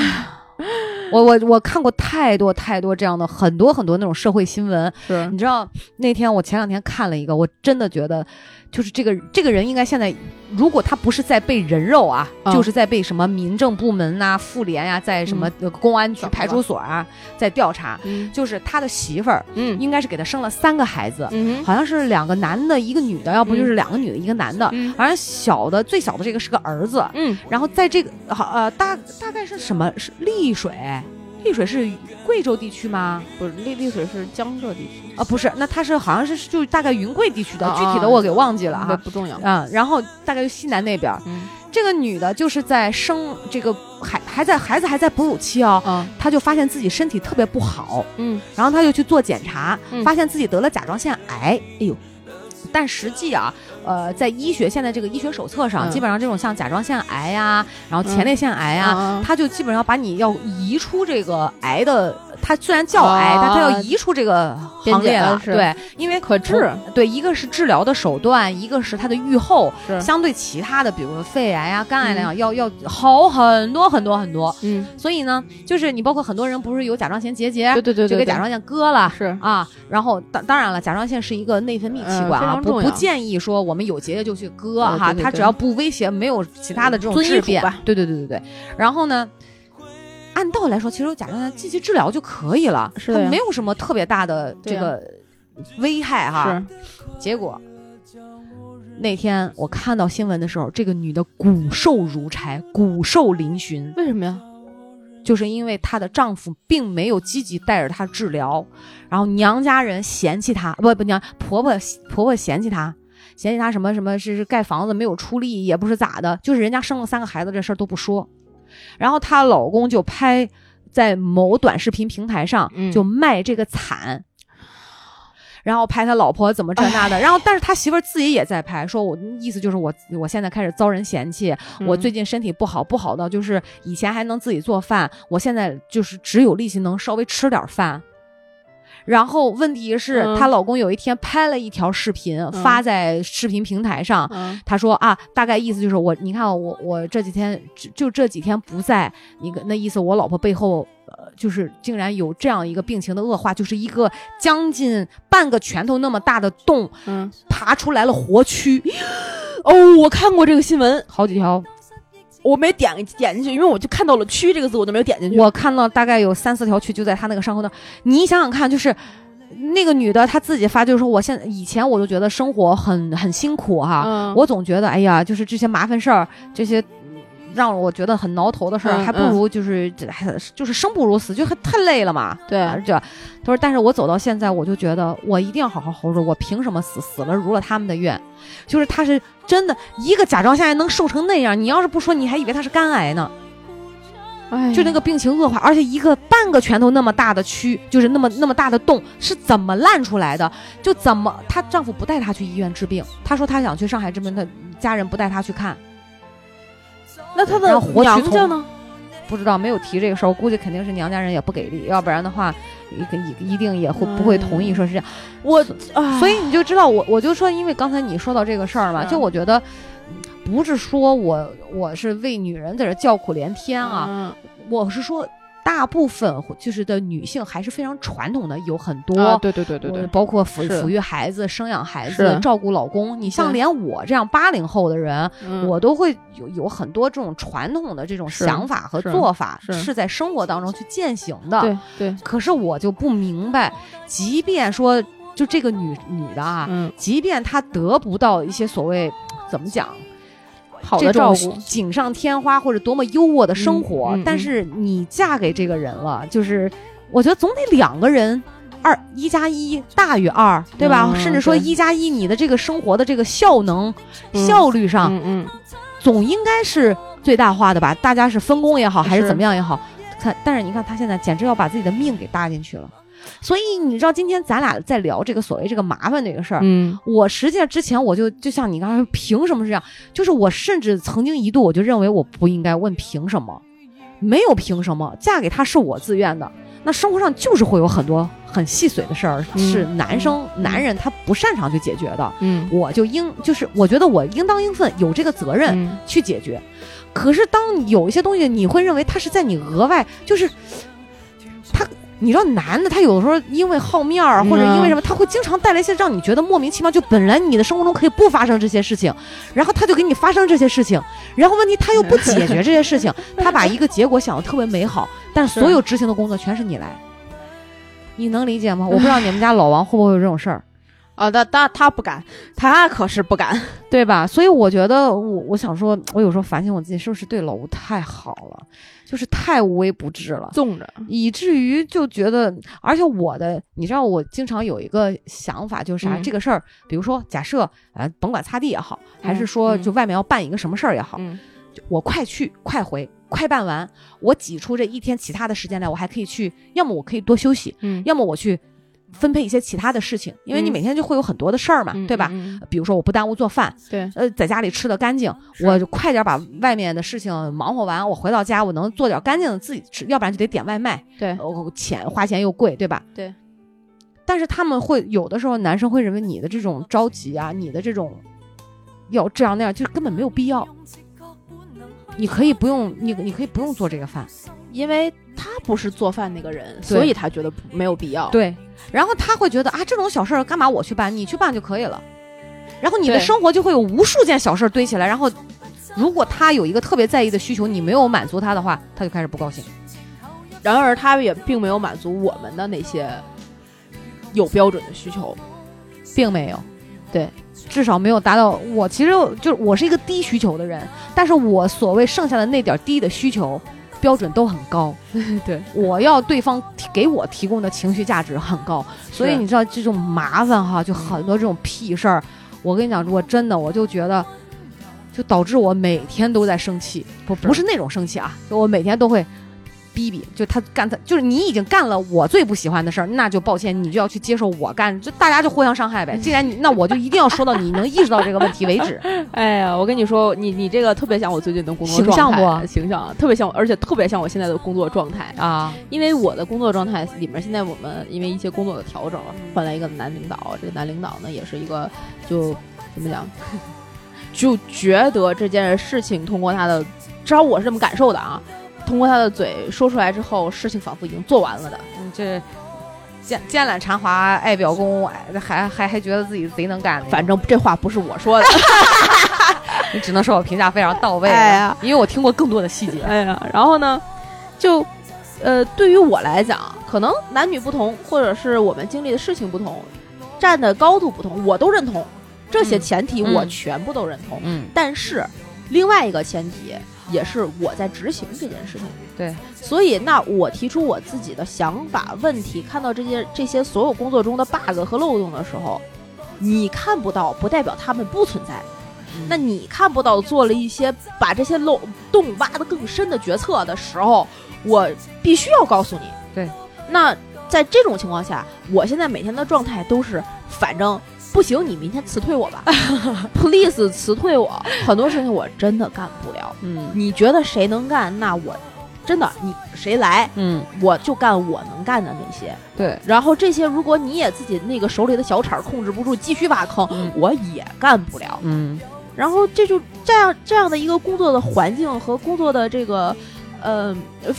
[SPEAKER 1] 我我我看过太多太多这样的很多很多那种社会新闻。
[SPEAKER 2] 是
[SPEAKER 1] 你知道那天我前两天看了一个，我真的觉得，就是这个这个人应该现在，如果他不是在被人肉啊，
[SPEAKER 2] 嗯
[SPEAKER 1] 就是在被什么民政部门呐、妇联呀、在什么呃公安局
[SPEAKER 2] 怎、么了
[SPEAKER 1] 派出所啊，在调查。
[SPEAKER 2] 嗯
[SPEAKER 1] 就是他的媳妇儿
[SPEAKER 2] 嗯
[SPEAKER 1] 应该是给他生了三个孩子，
[SPEAKER 2] 嗯
[SPEAKER 1] 好像是两个男的，一个女的，要不就是两个女的，一个男的。
[SPEAKER 2] 嗯
[SPEAKER 1] 反正小的最小的这个是个儿子，
[SPEAKER 2] 嗯，
[SPEAKER 1] 然后在这个好呃大大概是什么是丽水，丽水是贵州地区吗？
[SPEAKER 2] 不是丽丽水是江浙嗯地区
[SPEAKER 1] 啊，不是，那它是好像是就大概云贵地区的，
[SPEAKER 2] 啊
[SPEAKER 1] 具体的我给忘记了
[SPEAKER 2] 啊，
[SPEAKER 1] 哈。
[SPEAKER 2] 不重要。
[SPEAKER 1] 嗯，然后大概就西南那边儿，
[SPEAKER 2] 嗯
[SPEAKER 1] 这个女的就是在生这个还还在孩子还在哺乳期哦，
[SPEAKER 2] 啊
[SPEAKER 1] 她就发现自己身体特别不好，
[SPEAKER 2] 嗯
[SPEAKER 1] 然后她就去做检查，
[SPEAKER 2] 嗯
[SPEAKER 1] 发现自己得了甲状腺癌。哎呦！但实际啊，呃，在医学现在这个医学手册上，
[SPEAKER 2] 嗯
[SPEAKER 1] 基本上这种像甲状腺癌呀、然后前列腺癌呀、啊
[SPEAKER 2] 呀
[SPEAKER 1] 它就基本上把你要移出这个癌的，它虽然叫癌，
[SPEAKER 2] 啊
[SPEAKER 1] 但它要移出这个行列了
[SPEAKER 2] 边。界了
[SPEAKER 1] 对，因为
[SPEAKER 2] 可治
[SPEAKER 1] 对，一个是治疗的手段，一个是它的预后，
[SPEAKER 2] 是
[SPEAKER 1] 相对其他的，比如说肺癌啊、肝癌来讲，要要好很多很多很多。
[SPEAKER 2] 嗯，
[SPEAKER 1] 所以呢，就是你包括很多人不是有甲状腺结节，
[SPEAKER 2] 对对对，
[SPEAKER 1] 就给
[SPEAKER 2] 对
[SPEAKER 1] 甲状腺割了。
[SPEAKER 2] 是
[SPEAKER 1] 啊，然后当当然了，甲状腺是一个内分泌器官啊，
[SPEAKER 2] 嗯非常
[SPEAKER 1] 不
[SPEAKER 2] 重
[SPEAKER 1] 不
[SPEAKER 2] 要
[SPEAKER 1] 建议说我们有结节就去割
[SPEAKER 2] 呃
[SPEAKER 1] 哈，
[SPEAKER 2] 对对
[SPEAKER 1] 它
[SPEAKER 2] 对嗯
[SPEAKER 1] 只要不威胁，没有其他的这种
[SPEAKER 2] 遵医
[SPEAKER 1] 质
[SPEAKER 2] 嘱
[SPEAKER 1] 变
[SPEAKER 2] 吧，
[SPEAKER 1] 对对对对对。然后呢，按道理来说，其实有甲状腺积极治疗就可以了，
[SPEAKER 2] 是的
[SPEAKER 1] 它
[SPEAKER 2] 呀
[SPEAKER 1] 没有什么特别大的这
[SPEAKER 2] 对呀啊
[SPEAKER 1] 个危害哈。
[SPEAKER 2] 是
[SPEAKER 1] 结果那天我看到新闻的时候，这个女的骨瘦如柴，骨瘦嶙峋，
[SPEAKER 2] 为什么呀？
[SPEAKER 1] 就是因为她的丈夫并没有积极带着她治疗，然后娘家人嫌弃她，不不娘婆婆婆婆嫌弃她，嫌弃她什么什么是是盖房子没有出力，也不是咋的，就是人家生了三个孩子这事儿都不说，然后她老公就拍在某短视频平台上
[SPEAKER 2] 嗯
[SPEAKER 1] 就卖这个惨。然后拍他老婆怎么这那的，然后但是他媳妇儿自己也在拍，说我意思就是我我现在开始遭人嫌弃，
[SPEAKER 2] 嗯
[SPEAKER 1] 我最近身体不好，不好到就是以前还能自己做饭，我现在就是只有力气能稍微吃点饭。然后问题是，
[SPEAKER 2] 嗯
[SPEAKER 1] 她、老公有一天拍了一条视频、
[SPEAKER 2] 嗯
[SPEAKER 1] 发在视频平台上，
[SPEAKER 2] 嗯
[SPEAKER 1] 他说啊，大概意思就是我，你看我我这几天就就这几天不在，你个那意思我老婆背后。呃，就是竟然有这样一个病情的恶化，就是一个将近半个拳头那么大的洞
[SPEAKER 2] 嗯
[SPEAKER 1] 爬出来了活蛆，
[SPEAKER 2] 哦，我看过这个新闻，
[SPEAKER 1] 好几条，
[SPEAKER 2] 我没点点进去，因为我就看到了“蛆”这个字，我就没有点进去。
[SPEAKER 1] 我看到大概有三四条蛆就在他那个伤口那儿。你想想看，就是那个女的她自己发，就是说我现在以前我就觉得生活很很辛苦哈、
[SPEAKER 2] 嗯
[SPEAKER 1] 我总觉得哎呀，就是这些麻烦事儿，这些嗯让我觉得很挠头的事儿，
[SPEAKER 2] 嗯
[SPEAKER 1] 还不如就是还就是生不如死，就很太累了嘛。
[SPEAKER 2] 对
[SPEAKER 1] 啊，这，他说，但是我走到现在，我就觉得我一定要好好活着，我凭什么死？死了如了他们的愿，就是他是真的一个甲状腺癌能瘦成那样，你要是不说，你还以为他是肝癌呢。
[SPEAKER 2] 哎，
[SPEAKER 1] 就那个病情恶化，而且一个半个拳头那么大的蛆，就是那么那么大的洞，是怎么烂出来的？就怎么她丈夫不带她去医院治病，她说她想去上海治病，她家人不带她去看，
[SPEAKER 2] 那他
[SPEAKER 1] 然
[SPEAKER 2] 的
[SPEAKER 1] 后活蛆
[SPEAKER 2] 娘
[SPEAKER 1] 虫
[SPEAKER 2] 家呢？
[SPEAKER 1] 不知道没有提这个事儿，我估计肯定是娘家人也不给力，要不然的话，一个一一定也会不会同意说是这样。
[SPEAKER 2] 我啊
[SPEAKER 1] 所以你就知道我，我就说，因为刚才你说到这个事儿嘛，
[SPEAKER 2] 嗯
[SPEAKER 1] 就我觉得。不是说我我是为女人在这叫苦连天啊，
[SPEAKER 2] 啊，
[SPEAKER 1] 我是说，大部分就是的女性还是非常传统的，有很多，
[SPEAKER 2] 啊对对对对
[SPEAKER 1] 我
[SPEAKER 2] 对，
[SPEAKER 1] 包括抚
[SPEAKER 2] 是
[SPEAKER 1] 抚育孩子、生养孩子
[SPEAKER 2] 是、
[SPEAKER 1] 照顾老公。你像
[SPEAKER 2] 对
[SPEAKER 1] 连我这样八零后的人，
[SPEAKER 2] 嗯
[SPEAKER 1] 我都会有有很多这种传统的这种
[SPEAKER 2] 是
[SPEAKER 1] 想法和
[SPEAKER 2] 是
[SPEAKER 1] 做法，
[SPEAKER 2] 是
[SPEAKER 1] 在生活当中去践行的。
[SPEAKER 2] 对对，
[SPEAKER 1] 可是我就不明白，即便说就这个女女的啊，
[SPEAKER 2] 嗯，
[SPEAKER 1] 即便她得不到一些所谓怎么讲
[SPEAKER 2] 好
[SPEAKER 1] 这
[SPEAKER 2] 的
[SPEAKER 1] 种
[SPEAKER 2] 照顾，
[SPEAKER 1] 锦上添花或者多么优渥的生活，
[SPEAKER 2] 嗯嗯嗯
[SPEAKER 1] 但是你嫁给这个人了，就是我觉得总得两个人。二一加一大于二，对吧？
[SPEAKER 2] 嗯
[SPEAKER 1] 甚至说
[SPEAKER 2] 对
[SPEAKER 1] 一加一，你的这个生活的这个效能、
[SPEAKER 2] 嗯
[SPEAKER 1] 效率上，
[SPEAKER 2] 嗯嗯，
[SPEAKER 1] 总应该是最大化的吧？大家是分工也好，还是
[SPEAKER 2] 是
[SPEAKER 1] 怎么样也好，看，但是你看他现在简直要把自己的命给搭进去了。所以你知道，今天咱俩在聊这个所谓这个麻烦这个事儿，
[SPEAKER 2] 嗯
[SPEAKER 1] 我实际上之前我就就像你刚才说，凭什么是这样？就是我甚至曾经一度我就认为我不应该问凭什么，没有凭什么，嫁给他是我自愿的。那生活上就是会有很多很细碎的事儿，
[SPEAKER 2] 嗯
[SPEAKER 1] 是男生、男人他不擅长去解决的，
[SPEAKER 2] 嗯
[SPEAKER 1] 我就应就是我觉得我应当应分，有这个责任
[SPEAKER 2] 嗯，
[SPEAKER 1] 去解决。可是当有一些东西，你会认为它是在你额外，就是他，你知道男的他有的时候因为好面儿
[SPEAKER 2] 嗯啊
[SPEAKER 1] 或者因为什么，他会经常带来一些让你觉得莫名其妙，就本来你的生活中可以不发生这些事情，然后他就给你发生这些事情，然后问题他又不解决这些事
[SPEAKER 2] <laughs>
[SPEAKER 1] 情，他把一个结果想的特别美好，但是
[SPEAKER 2] 是
[SPEAKER 1] 所有执行的工作全是你来。你能理解吗？我不知道你们家老王会不会有这种事儿。
[SPEAKER 2] 啊，那那他不敢，他可是不
[SPEAKER 1] <laughs>
[SPEAKER 2] 敢，
[SPEAKER 1] 对吧？所以我觉得我，我想说，我有时候反省我自己，是不是对老吴太好了，就是太无微不至了，
[SPEAKER 2] 纵着，
[SPEAKER 1] 以至于就觉得，而且我的，你知道，我经常有一个想法，就是啥、
[SPEAKER 2] 嗯
[SPEAKER 1] 这个事儿，比如说，假设呃，甭管擦地也好，还是
[SPEAKER 2] 嗯
[SPEAKER 1] 说
[SPEAKER 2] 嗯
[SPEAKER 1] 就外面要办一个什么事儿也好，
[SPEAKER 2] 嗯
[SPEAKER 1] 就我快去快回。快办完，我挤出这一天其他的时间来，我还可以去，要么我可以多休息，
[SPEAKER 2] 嗯，
[SPEAKER 1] 要么我去分配一些其他的事情，因为你
[SPEAKER 2] 嗯
[SPEAKER 1] 每天就会有很多的事儿嘛，
[SPEAKER 2] 嗯
[SPEAKER 1] 对吧？？
[SPEAKER 2] 嗯嗯
[SPEAKER 1] 比如说我不耽误做饭，
[SPEAKER 2] 对，
[SPEAKER 1] 呃，在家里吃的干净，
[SPEAKER 2] 是
[SPEAKER 1] 我就快点把外面的事情忙活完，我回到家我能做点干净的自己吃，要不然就得点外卖，
[SPEAKER 2] 对
[SPEAKER 1] 呃钱花钱又贵，对吧？
[SPEAKER 2] 对。
[SPEAKER 1] 但是他们会有的时候，男生会认为你的这种着急啊，你的这种要这样那样，就是根本没有必要。你可以不用，你你可以不用做这个饭，
[SPEAKER 2] 因为他不是做饭那个人，所以他觉得没有必要。
[SPEAKER 1] 对。然后他会觉得啊，这种小事儿干嘛我去办，你去办就可以了。然后你的
[SPEAKER 2] 对
[SPEAKER 1] 生活就会有无数件小事儿堆起来，然后如果他有一个特别在意的需求，你没有满足他的话，他就开始不高兴。
[SPEAKER 2] 然而他也并没有满足我们的那些有标准的需求。
[SPEAKER 1] 并没有，对，至少没有达到我。其实就是我是一个低需求的人，但是我所谓剩下的那点儿低的需求标准都很高。
[SPEAKER 2] <laughs> 对，
[SPEAKER 1] 我要对方提给我提供的情绪价值很高，所以你知道这种麻烦哈，就很多这种屁事儿。我跟你讲，我真的我就觉得，就导致我每天都在生气，不
[SPEAKER 2] 是
[SPEAKER 1] 不是那种生气啊，就我每天都会。逼逼，就他干他，就是你已经干了我最不喜欢的事儿，那就抱歉，你就要去接受我干，就大家就互相伤害呗。既然你，那我就一定要说到你能意识到这个问题为止。
[SPEAKER 2] 哎呀，我跟你说，你你这个特别像我最近的工作
[SPEAKER 1] 形象
[SPEAKER 2] 状态，
[SPEAKER 1] 不
[SPEAKER 2] 形象特别像我，而且特别像我现在的工作状态。
[SPEAKER 1] 啊，
[SPEAKER 2] 因为我的工作状态里面，现在我们因为一些工作的调整，换来一个男领导。这个男领导呢，也是一个就怎么 <laughs> 讲，就觉得这件事情通过他的，至少我是这么感受的啊，通过他的嘴说出来之后，事情仿佛已经做完了的。
[SPEAKER 1] 嗯这奸奸懒馋滑，爱表功，还还还还觉得自己贼能干，
[SPEAKER 2] 反正这话不是我说的，
[SPEAKER 1] 你只能说我评价非常到位了，
[SPEAKER 2] 哎呀
[SPEAKER 1] 因为我听过更多的细节。
[SPEAKER 2] 哎呀，然后呢，就呃，对于我来讲，可能男女不同，或者是我们经历的事情不同，站的高度不同，我都认同这些
[SPEAKER 1] 嗯
[SPEAKER 2] 前提，我
[SPEAKER 1] 嗯
[SPEAKER 2] 全部都认同。
[SPEAKER 1] 嗯，
[SPEAKER 2] 但是另外一个前提也是我在执行这件事情。
[SPEAKER 1] 对，
[SPEAKER 2] 所以那我提出我自己的想法、问题，看到这些这些所有工作中的 bug 和漏洞的时候，你看不到，不代表他们不存在。
[SPEAKER 1] 嗯
[SPEAKER 2] 那你看不到做了一些把这些漏洞挖得更深的决策的时候，我必须要告诉你。
[SPEAKER 1] 对，
[SPEAKER 2] 那在这种情况下，我现在每天的状态都是，反正不行，你明天辞退我吧，please 辞退我。很多事情我真的干不了，
[SPEAKER 1] 嗯
[SPEAKER 2] 你觉得谁能干？那我真的你谁来，
[SPEAKER 1] 嗯，
[SPEAKER 2] 我就干我能干的那些。
[SPEAKER 1] 对，
[SPEAKER 2] 然后这些，如果你也自己那个手里的小铲儿控制不住，继续挖坑，
[SPEAKER 1] 嗯
[SPEAKER 2] 我也干不了。
[SPEAKER 1] 嗯
[SPEAKER 2] 然后这就这样这样的一个工作的环境和工作的这个呃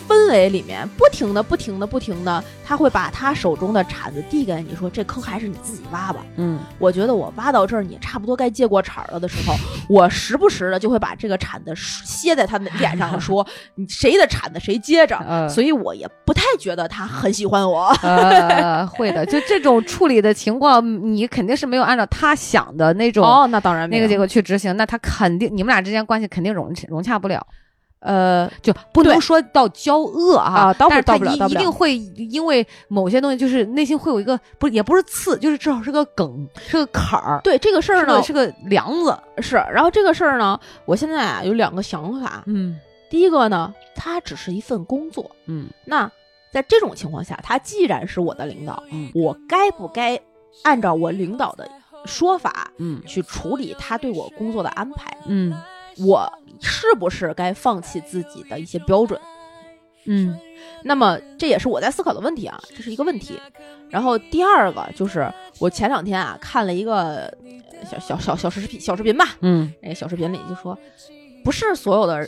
[SPEAKER 2] 氛围里面，不停的、不停的、不停的，他会把他手中的铲子递给你说：“这坑还是你自己挖吧。”
[SPEAKER 1] 嗯，
[SPEAKER 2] 我觉得我挖到这儿，你差不多该接过铲儿了的时
[SPEAKER 1] <laughs>
[SPEAKER 2] 候，我时不时的就会把这个铲子歇在他的脸上，
[SPEAKER 1] <laughs>
[SPEAKER 2] 说：“你谁的铲子谁接着。”
[SPEAKER 1] 呃，
[SPEAKER 2] 所以我也不太觉得他很喜欢我。
[SPEAKER 1] 呃，会的，就这种处理的情况，你肯定是没有按照他想的那种、，
[SPEAKER 2] 哦那当然
[SPEAKER 1] 那个
[SPEAKER 2] 没
[SPEAKER 1] 结
[SPEAKER 2] 有
[SPEAKER 1] 果去执行，那他肯定你们俩之间关系肯定融融洽不了，
[SPEAKER 2] 呃，
[SPEAKER 1] 就不
[SPEAKER 2] 对
[SPEAKER 1] 能说到交恶啊，
[SPEAKER 2] 啊到不
[SPEAKER 1] 但是
[SPEAKER 2] 到
[SPEAKER 1] 他
[SPEAKER 2] 不了
[SPEAKER 1] 一
[SPEAKER 2] 到不
[SPEAKER 1] 一
[SPEAKER 2] 了
[SPEAKER 1] 定会因为某些东西，就是内心会有一个不也不是刺，就是至少是个梗，是个坎儿，
[SPEAKER 2] 对这个事儿
[SPEAKER 1] 是
[SPEAKER 2] 呢
[SPEAKER 1] 个是个梁子，
[SPEAKER 2] 是，然后这个事儿呢，我现在啊有两个想法，
[SPEAKER 1] 嗯
[SPEAKER 2] 第一个呢，它只是一份工作。
[SPEAKER 1] 嗯
[SPEAKER 2] 那在这种情况下，他既然是我的领导，
[SPEAKER 1] 嗯
[SPEAKER 2] 我该不该按照我领导的说法
[SPEAKER 1] 嗯
[SPEAKER 2] 去处理他对我工作的安排？
[SPEAKER 1] 嗯
[SPEAKER 2] 我是不是该放弃自己的一些标准？
[SPEAKER 1] 嗯
[SPEAKER 2] 那么这也是我在思考的问题啊，这是一个问题。然后第二个就是我前两天啊看了一个小小小小视频小视频吧，
[SPEAKER 1] 嗯
[SPEAKER 2] 那个小视频里就说，不是所有的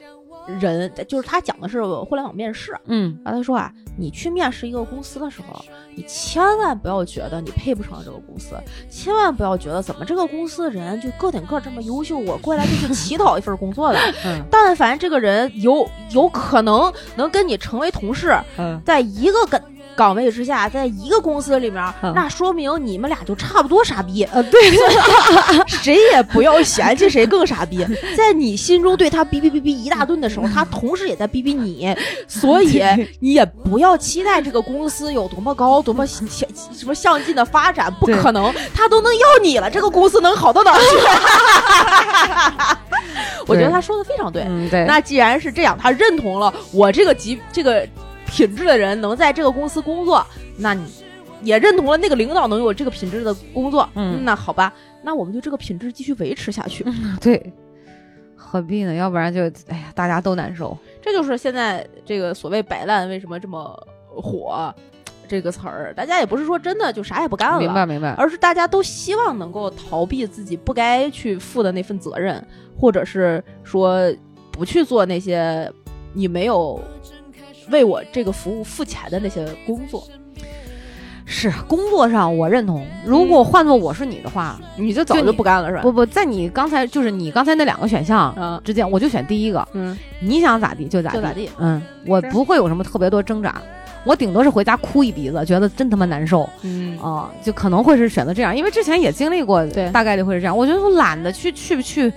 [SPEAKER 2] 人，就是他讲的是互联网面试啊，
[SPEAKER 1] 嗯
[SPEAKER 2] 然后他说啊，你去面试一个公司的时候，你千万不要觉得你配不上这个公司，千万不要觉得怎么这个公司人就个顶个这么优秀，我过来就是乞讨一份工作的。
[SPEAKER 1] 嗯
[SPEAKER 2] 但凡这个人有有可能能跟你成为同事，
[SPEAKER 1] 嗯
[SPEAKER 2] 在一个岗岗位之下，在一个公司里面，
[SPEAKER 1] 嗯
[SPEAKER 2] 那说明你们俩就差不多傻逼，
[SPEAKER 1] 呃对，
[SPEAKER 2] <laughs> 谁也不要嫌弃谁更傻
[SPEAKER 1] <laughs>
[SPEAKER 2] 逼。在你心中对他哔哔哔哔一大顿的时候，他同时也在哔哔你，所以你也不要期待这个公司有多么高、多么向什么向进的发展，不
[SPEAKER 1] 对
[SPEAKER 2] 可能，他都能要你了，这个公司能好到哪
[SPEAKER 1] <laughs>
[SPEAKER 2] 儿去？ <laughs> 我觉得他说的非常对。
[SPEAKER 1] 嗯对，
[SPEAKER 2] 那既然是这样，他认同了我这个级这个品质的人能在这个公司工作，那你也认同了那个领导能有这个品质的工作，
[SPEAKER 1] 嗯
[SPEAKER 2] 那好吧，那我们就这个品质继续维持下去。
[SPEAKER 1] 对，何必呢？要不然就哎呀，大家都难受。
[SPEAKER 2] 这就是现在这个所谓摆烂为什么这么火这个词儿，大家也不是说真的就啥也不干了，
[SPEAKER 1] 明白明白，
[SPEAKER 2] 而是大家都希望能够逃避自己不该去负的那份责任，或者是说不去做那些你没有为我这个服务付钱的那些工作。
[SPEAKER 1] 是工作上我认同。如果换做我是你的话，
[SPEAKER 2] 你就早
[SPEAKER 1] 嗯就
[SPEAKER 2] 就
[SPEAKER 1] 你
[SPEAKER 2] 不干了是吧？
[SPEAKER 1] 不不，在你刚才就是你刚才那两个选项
[SPEAKER 2] 啊，
[SPEAKER 1] 之间，我就选第一个，
[SPEAKER 2] 嗯，
[SPEAKER 1] 你想咋地就咋地。
[SPEAKER 2] 就咋地
[SPEAKER 1] 嗯，我
[SPEAKER 2] 是
[SPEAKER 1] 不会有什么特别多挣扎，我顶多是回家哭一鼻子，觉得真他妈难受
[SPEAKER 2] 嗯
[SPEAKER 1] 啊、就可能会是选择这样，因为之前也经历过，
[SPEAKER 2] 对
[SPEAKER 1] 大概率会是这样。我觉得我懒得去去去。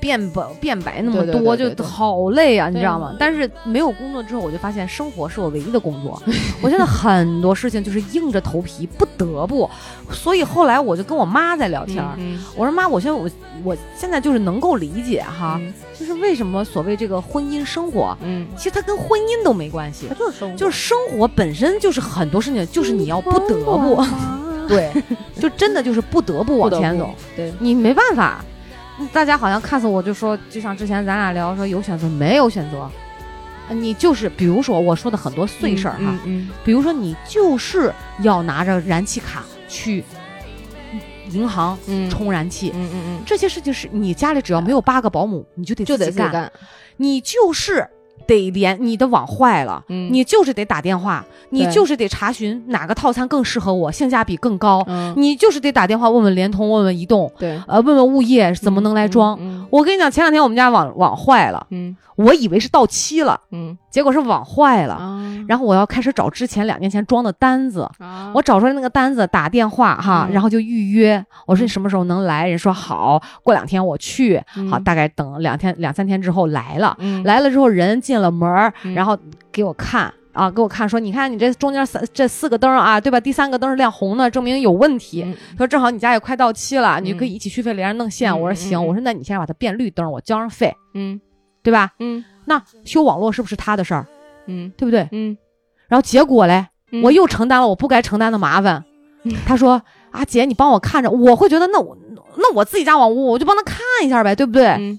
[SPEAKER 1] 变白变白那么
[SPEAKER 2] 对对对
[SPEAKER 1] 多
[SPEAKER 2] 对对
[SPEAKER 1] 就好累啊，你
[SPEAKER 2] 对
[SPEAKER 1] 知道吗？但是没有工作之后，我就发现生活是我唯一的工
[SPEAKER 2] <laughs>
[SPEAKER 1] 作。我现在很多事情就是硬着头皮不得不，所以后来我就跟我妈在聊天儿，
[SPEAKER 2] 嗯
[SPEAKER 1] 我说妈，我现在我我现在就是能够理解哈，
[SPEAKER 2] 嗯
[SPEAKER 1] 就是为什么所谓这个婚姻生活，
[SPEAKER 2] 嗯，
[SPEAKER 1] 其实它跟婚姻都没关系
[SPEAKER 2] 它，就是生活，
[SPEAKER 1] 就是生活本身就是很多事情，就是你要不得
[SPEAKER 2] <laughs> 啊
[SPEAKER 1] 不， <laughs> 对，就真的就是不得不往前走，，
[SPEAKER 2] 对，
[SPEAKER 1] 你没办法。大家好像看似我就说，就像之前咱俩聊说有选择没有选择，你就是比如说我说的很多碎事儿哈，
[SPEAKER 2] 嗯
[SPEAKER 1] 比如说你就是要拿着燃气卡去银行
[SPEAKER 2] 嗯
[SPEAKER 1] 充燃气，
[SPEAKER 2] 嗯嗯嗯，
[SPEAKER 1] 这些事情是你家里只要没有八个保姆，你就得
[SPEAKER 2] 就得
[SPEAKER 1] 自
[SPEAKER 2] 自己
[SPEAKER 1] 己干。
[SPEAKER 2] 干，
[SPEAKER 1] 你就是得连你的网坏了。
[SPEAKER 2] 嗯
[SPEAKER 1] 你就是得打电话，你
[SPEAKER 2] 对
[SPEAKER 1] 就是得查询哪个套餐更适合我，性价比更高，
[SPEAKER 2] 嗯
[SPEAKER 1] 你就是得打电话问问联通，问问移动，
[SPEAKER 2] 对
[SPEAKER 1] 呃，问问物业怎么能来装。
[SPEAKER 2] 嗯
[SPEAKER 1] 我跟你讲，前两天我们家网网坏了，
[SPEAKER 2] 嗯
[SPEAKER 1] 我以为是到期了，
[SPEAKER 2] 嗯
[SPEAKER 1] 结果是网坏了。
[SPEAKER 2] 啊
[SPEAKER 1] 然后我要开始找之前两年前装的单子，
[SPEAKER 2] 啊
[SPEAKER 1] 我找出来那个单子，打电话哈，
[SPEAKER 2] 嗯
[SPEAKER 1] 然后就预约。我说你什么时候能来？人说好，过两天我去。好，大概等两天两三天之后来了。
[SPEAKER 2] 嗯
[SPEAKER 1] 来了之后，人进了门儿，
[SPEAKER 2] 嗯
[SPEAKER 1] 然后给我看啊，给我看说，你看你这中间三这四个灯啊，对吧？第三个灯是亮红的，证明有问题。
[SPEAKER 2] 嗯
[SPEAKER 1] 说正好你家也快到期了，你就可以一起续费，连着弄线。
[SPEAKER 2] 嗯
[SPEAKER 1] 我说
[SPEAKER 2] 嗯
[SPEAKER 1] 行，
[SPEAKER 2] 嗯
[SPEAKER 1] 我说那你现在把它变绿灯，我交上费，
[SPEAKER 2] 嗯
[SPEAKER 1] 对吧？
[SPEAKER 2] 嗯
[SPEAKER 1] 那修网络是不是他的事儿，
[SPEAKER 2] 嗯
[SPEAKER 1] 对不对？
[SPEAKER 2] 嗯
[SPEAKER 1] 然后结果嘞，
[SPEAKER 2] 嗯
[SPEAKER 1] 我又承担了我不该承担的麻烦
[SPEAKER 2] 嗯。
[SPEAKER 1] 他说啊，姐，你帮我看着，我会觉得那我那我自己家网屋，我就帮他看一下呗，对不对？
[SPEAKER 2] 嗯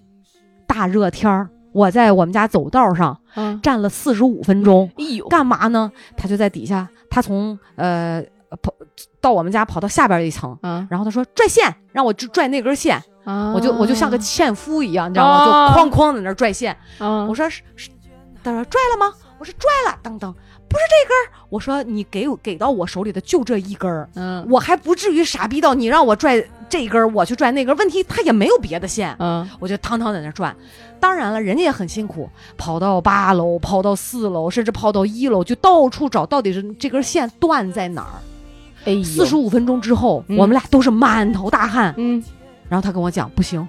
[SPEAKER 1] 大热天儿，我在我们家走道上
[SPEAKER 2] 啊
[SPEAKER 1] 站了四十五分钟，
[SPEAKER 2] 哎呦
[SPEAKER 1] 干嘛呢？他就在底下，他从呃跑到我们家跑到下边一层，
[SPEAKER 2] 啊
[SPEAKER 1] 然后他说拽线，让我就拽那根线，
[SPEAKER 2] 啊
[SPEAKER 1] 我就我就像个纤夫一样，你知道吗？就
[SPEAKER 2] 啊
[SPEAKER 1] 哐哐在那儿拽线。
[SPEAKER 2] 啊
[SPEAKER 1] 我说是是，他说拽了吗？我说拽了，等等，不是这根儿。我说你给我给到我手里的就这一根儿，
[SPEAKER 2] 嗯
[SPEAKER 1] 我还不至于傻逼到你让我拽这根儿，我去拽那根儿。问题他也没有别的线，
[SPEAKER 2] 嗯
[SPEAKER 1] 我就汤汤在那儿转。当然了，人家也很辛苦，跑到八楼，跑到四楼，甚至跑到一楼，就到处找到底是这根线断在哪儿。
[SPEAKER 2] 哎呦
[SPEAKER 1] 四十五分钟之后，
[SPEAKER 2] 嗯
[SPEAKER 1] 我们俩都是满头大汗。
[SPEAKER 2] 嗯
[SPEAKER 1] 然后他跟我讲不行，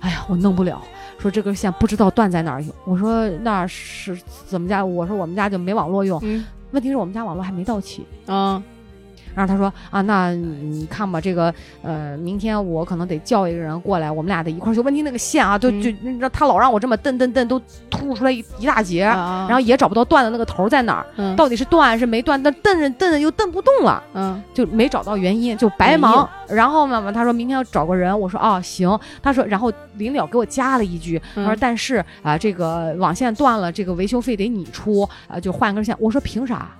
[SPEAKER 1] 哎呀，我弄不了。说这根线不知道断在哪儿用，我说那是怎么家？我说我们家就没网络用，
[SPEAKER 2] 嗯
[SPEAKER 1] 问题是我们家网络还没到期。
[SPEAKER 2] 啊
[SPEAKER 1] 然后他说啊，那你看吧，这个呃，明天我可能得叫一个人过来，我们俩得一块儿修。问题那个线啊，就
[SPEAKER 2] 嗯
[SPEAKER 1] 就你知道他老让我这么蹬蹬蹬，都突出来一一大截，
[SPEAKER 2] 然
[SPEAKER 1] 然后也找不到断的那个头在哪儿，
[SPEAKER 2] 啊嗯
[SPEAKER 1] 到底是断还是没断？但蹬着蹬着又蹬不动了。
[SPEAKER 2] 嗯
[SPEAKER 1] 就没找到原因，就白忙。然后妈妈她说明天要找个人，我说哦行。她说，然后临了给我加了一句，她说
[SPEAKER 2] 嗯
[SPEAKER 1] 但是啊、这个网线断了，这个维修费得你出啊、就换根线。我说凭啥？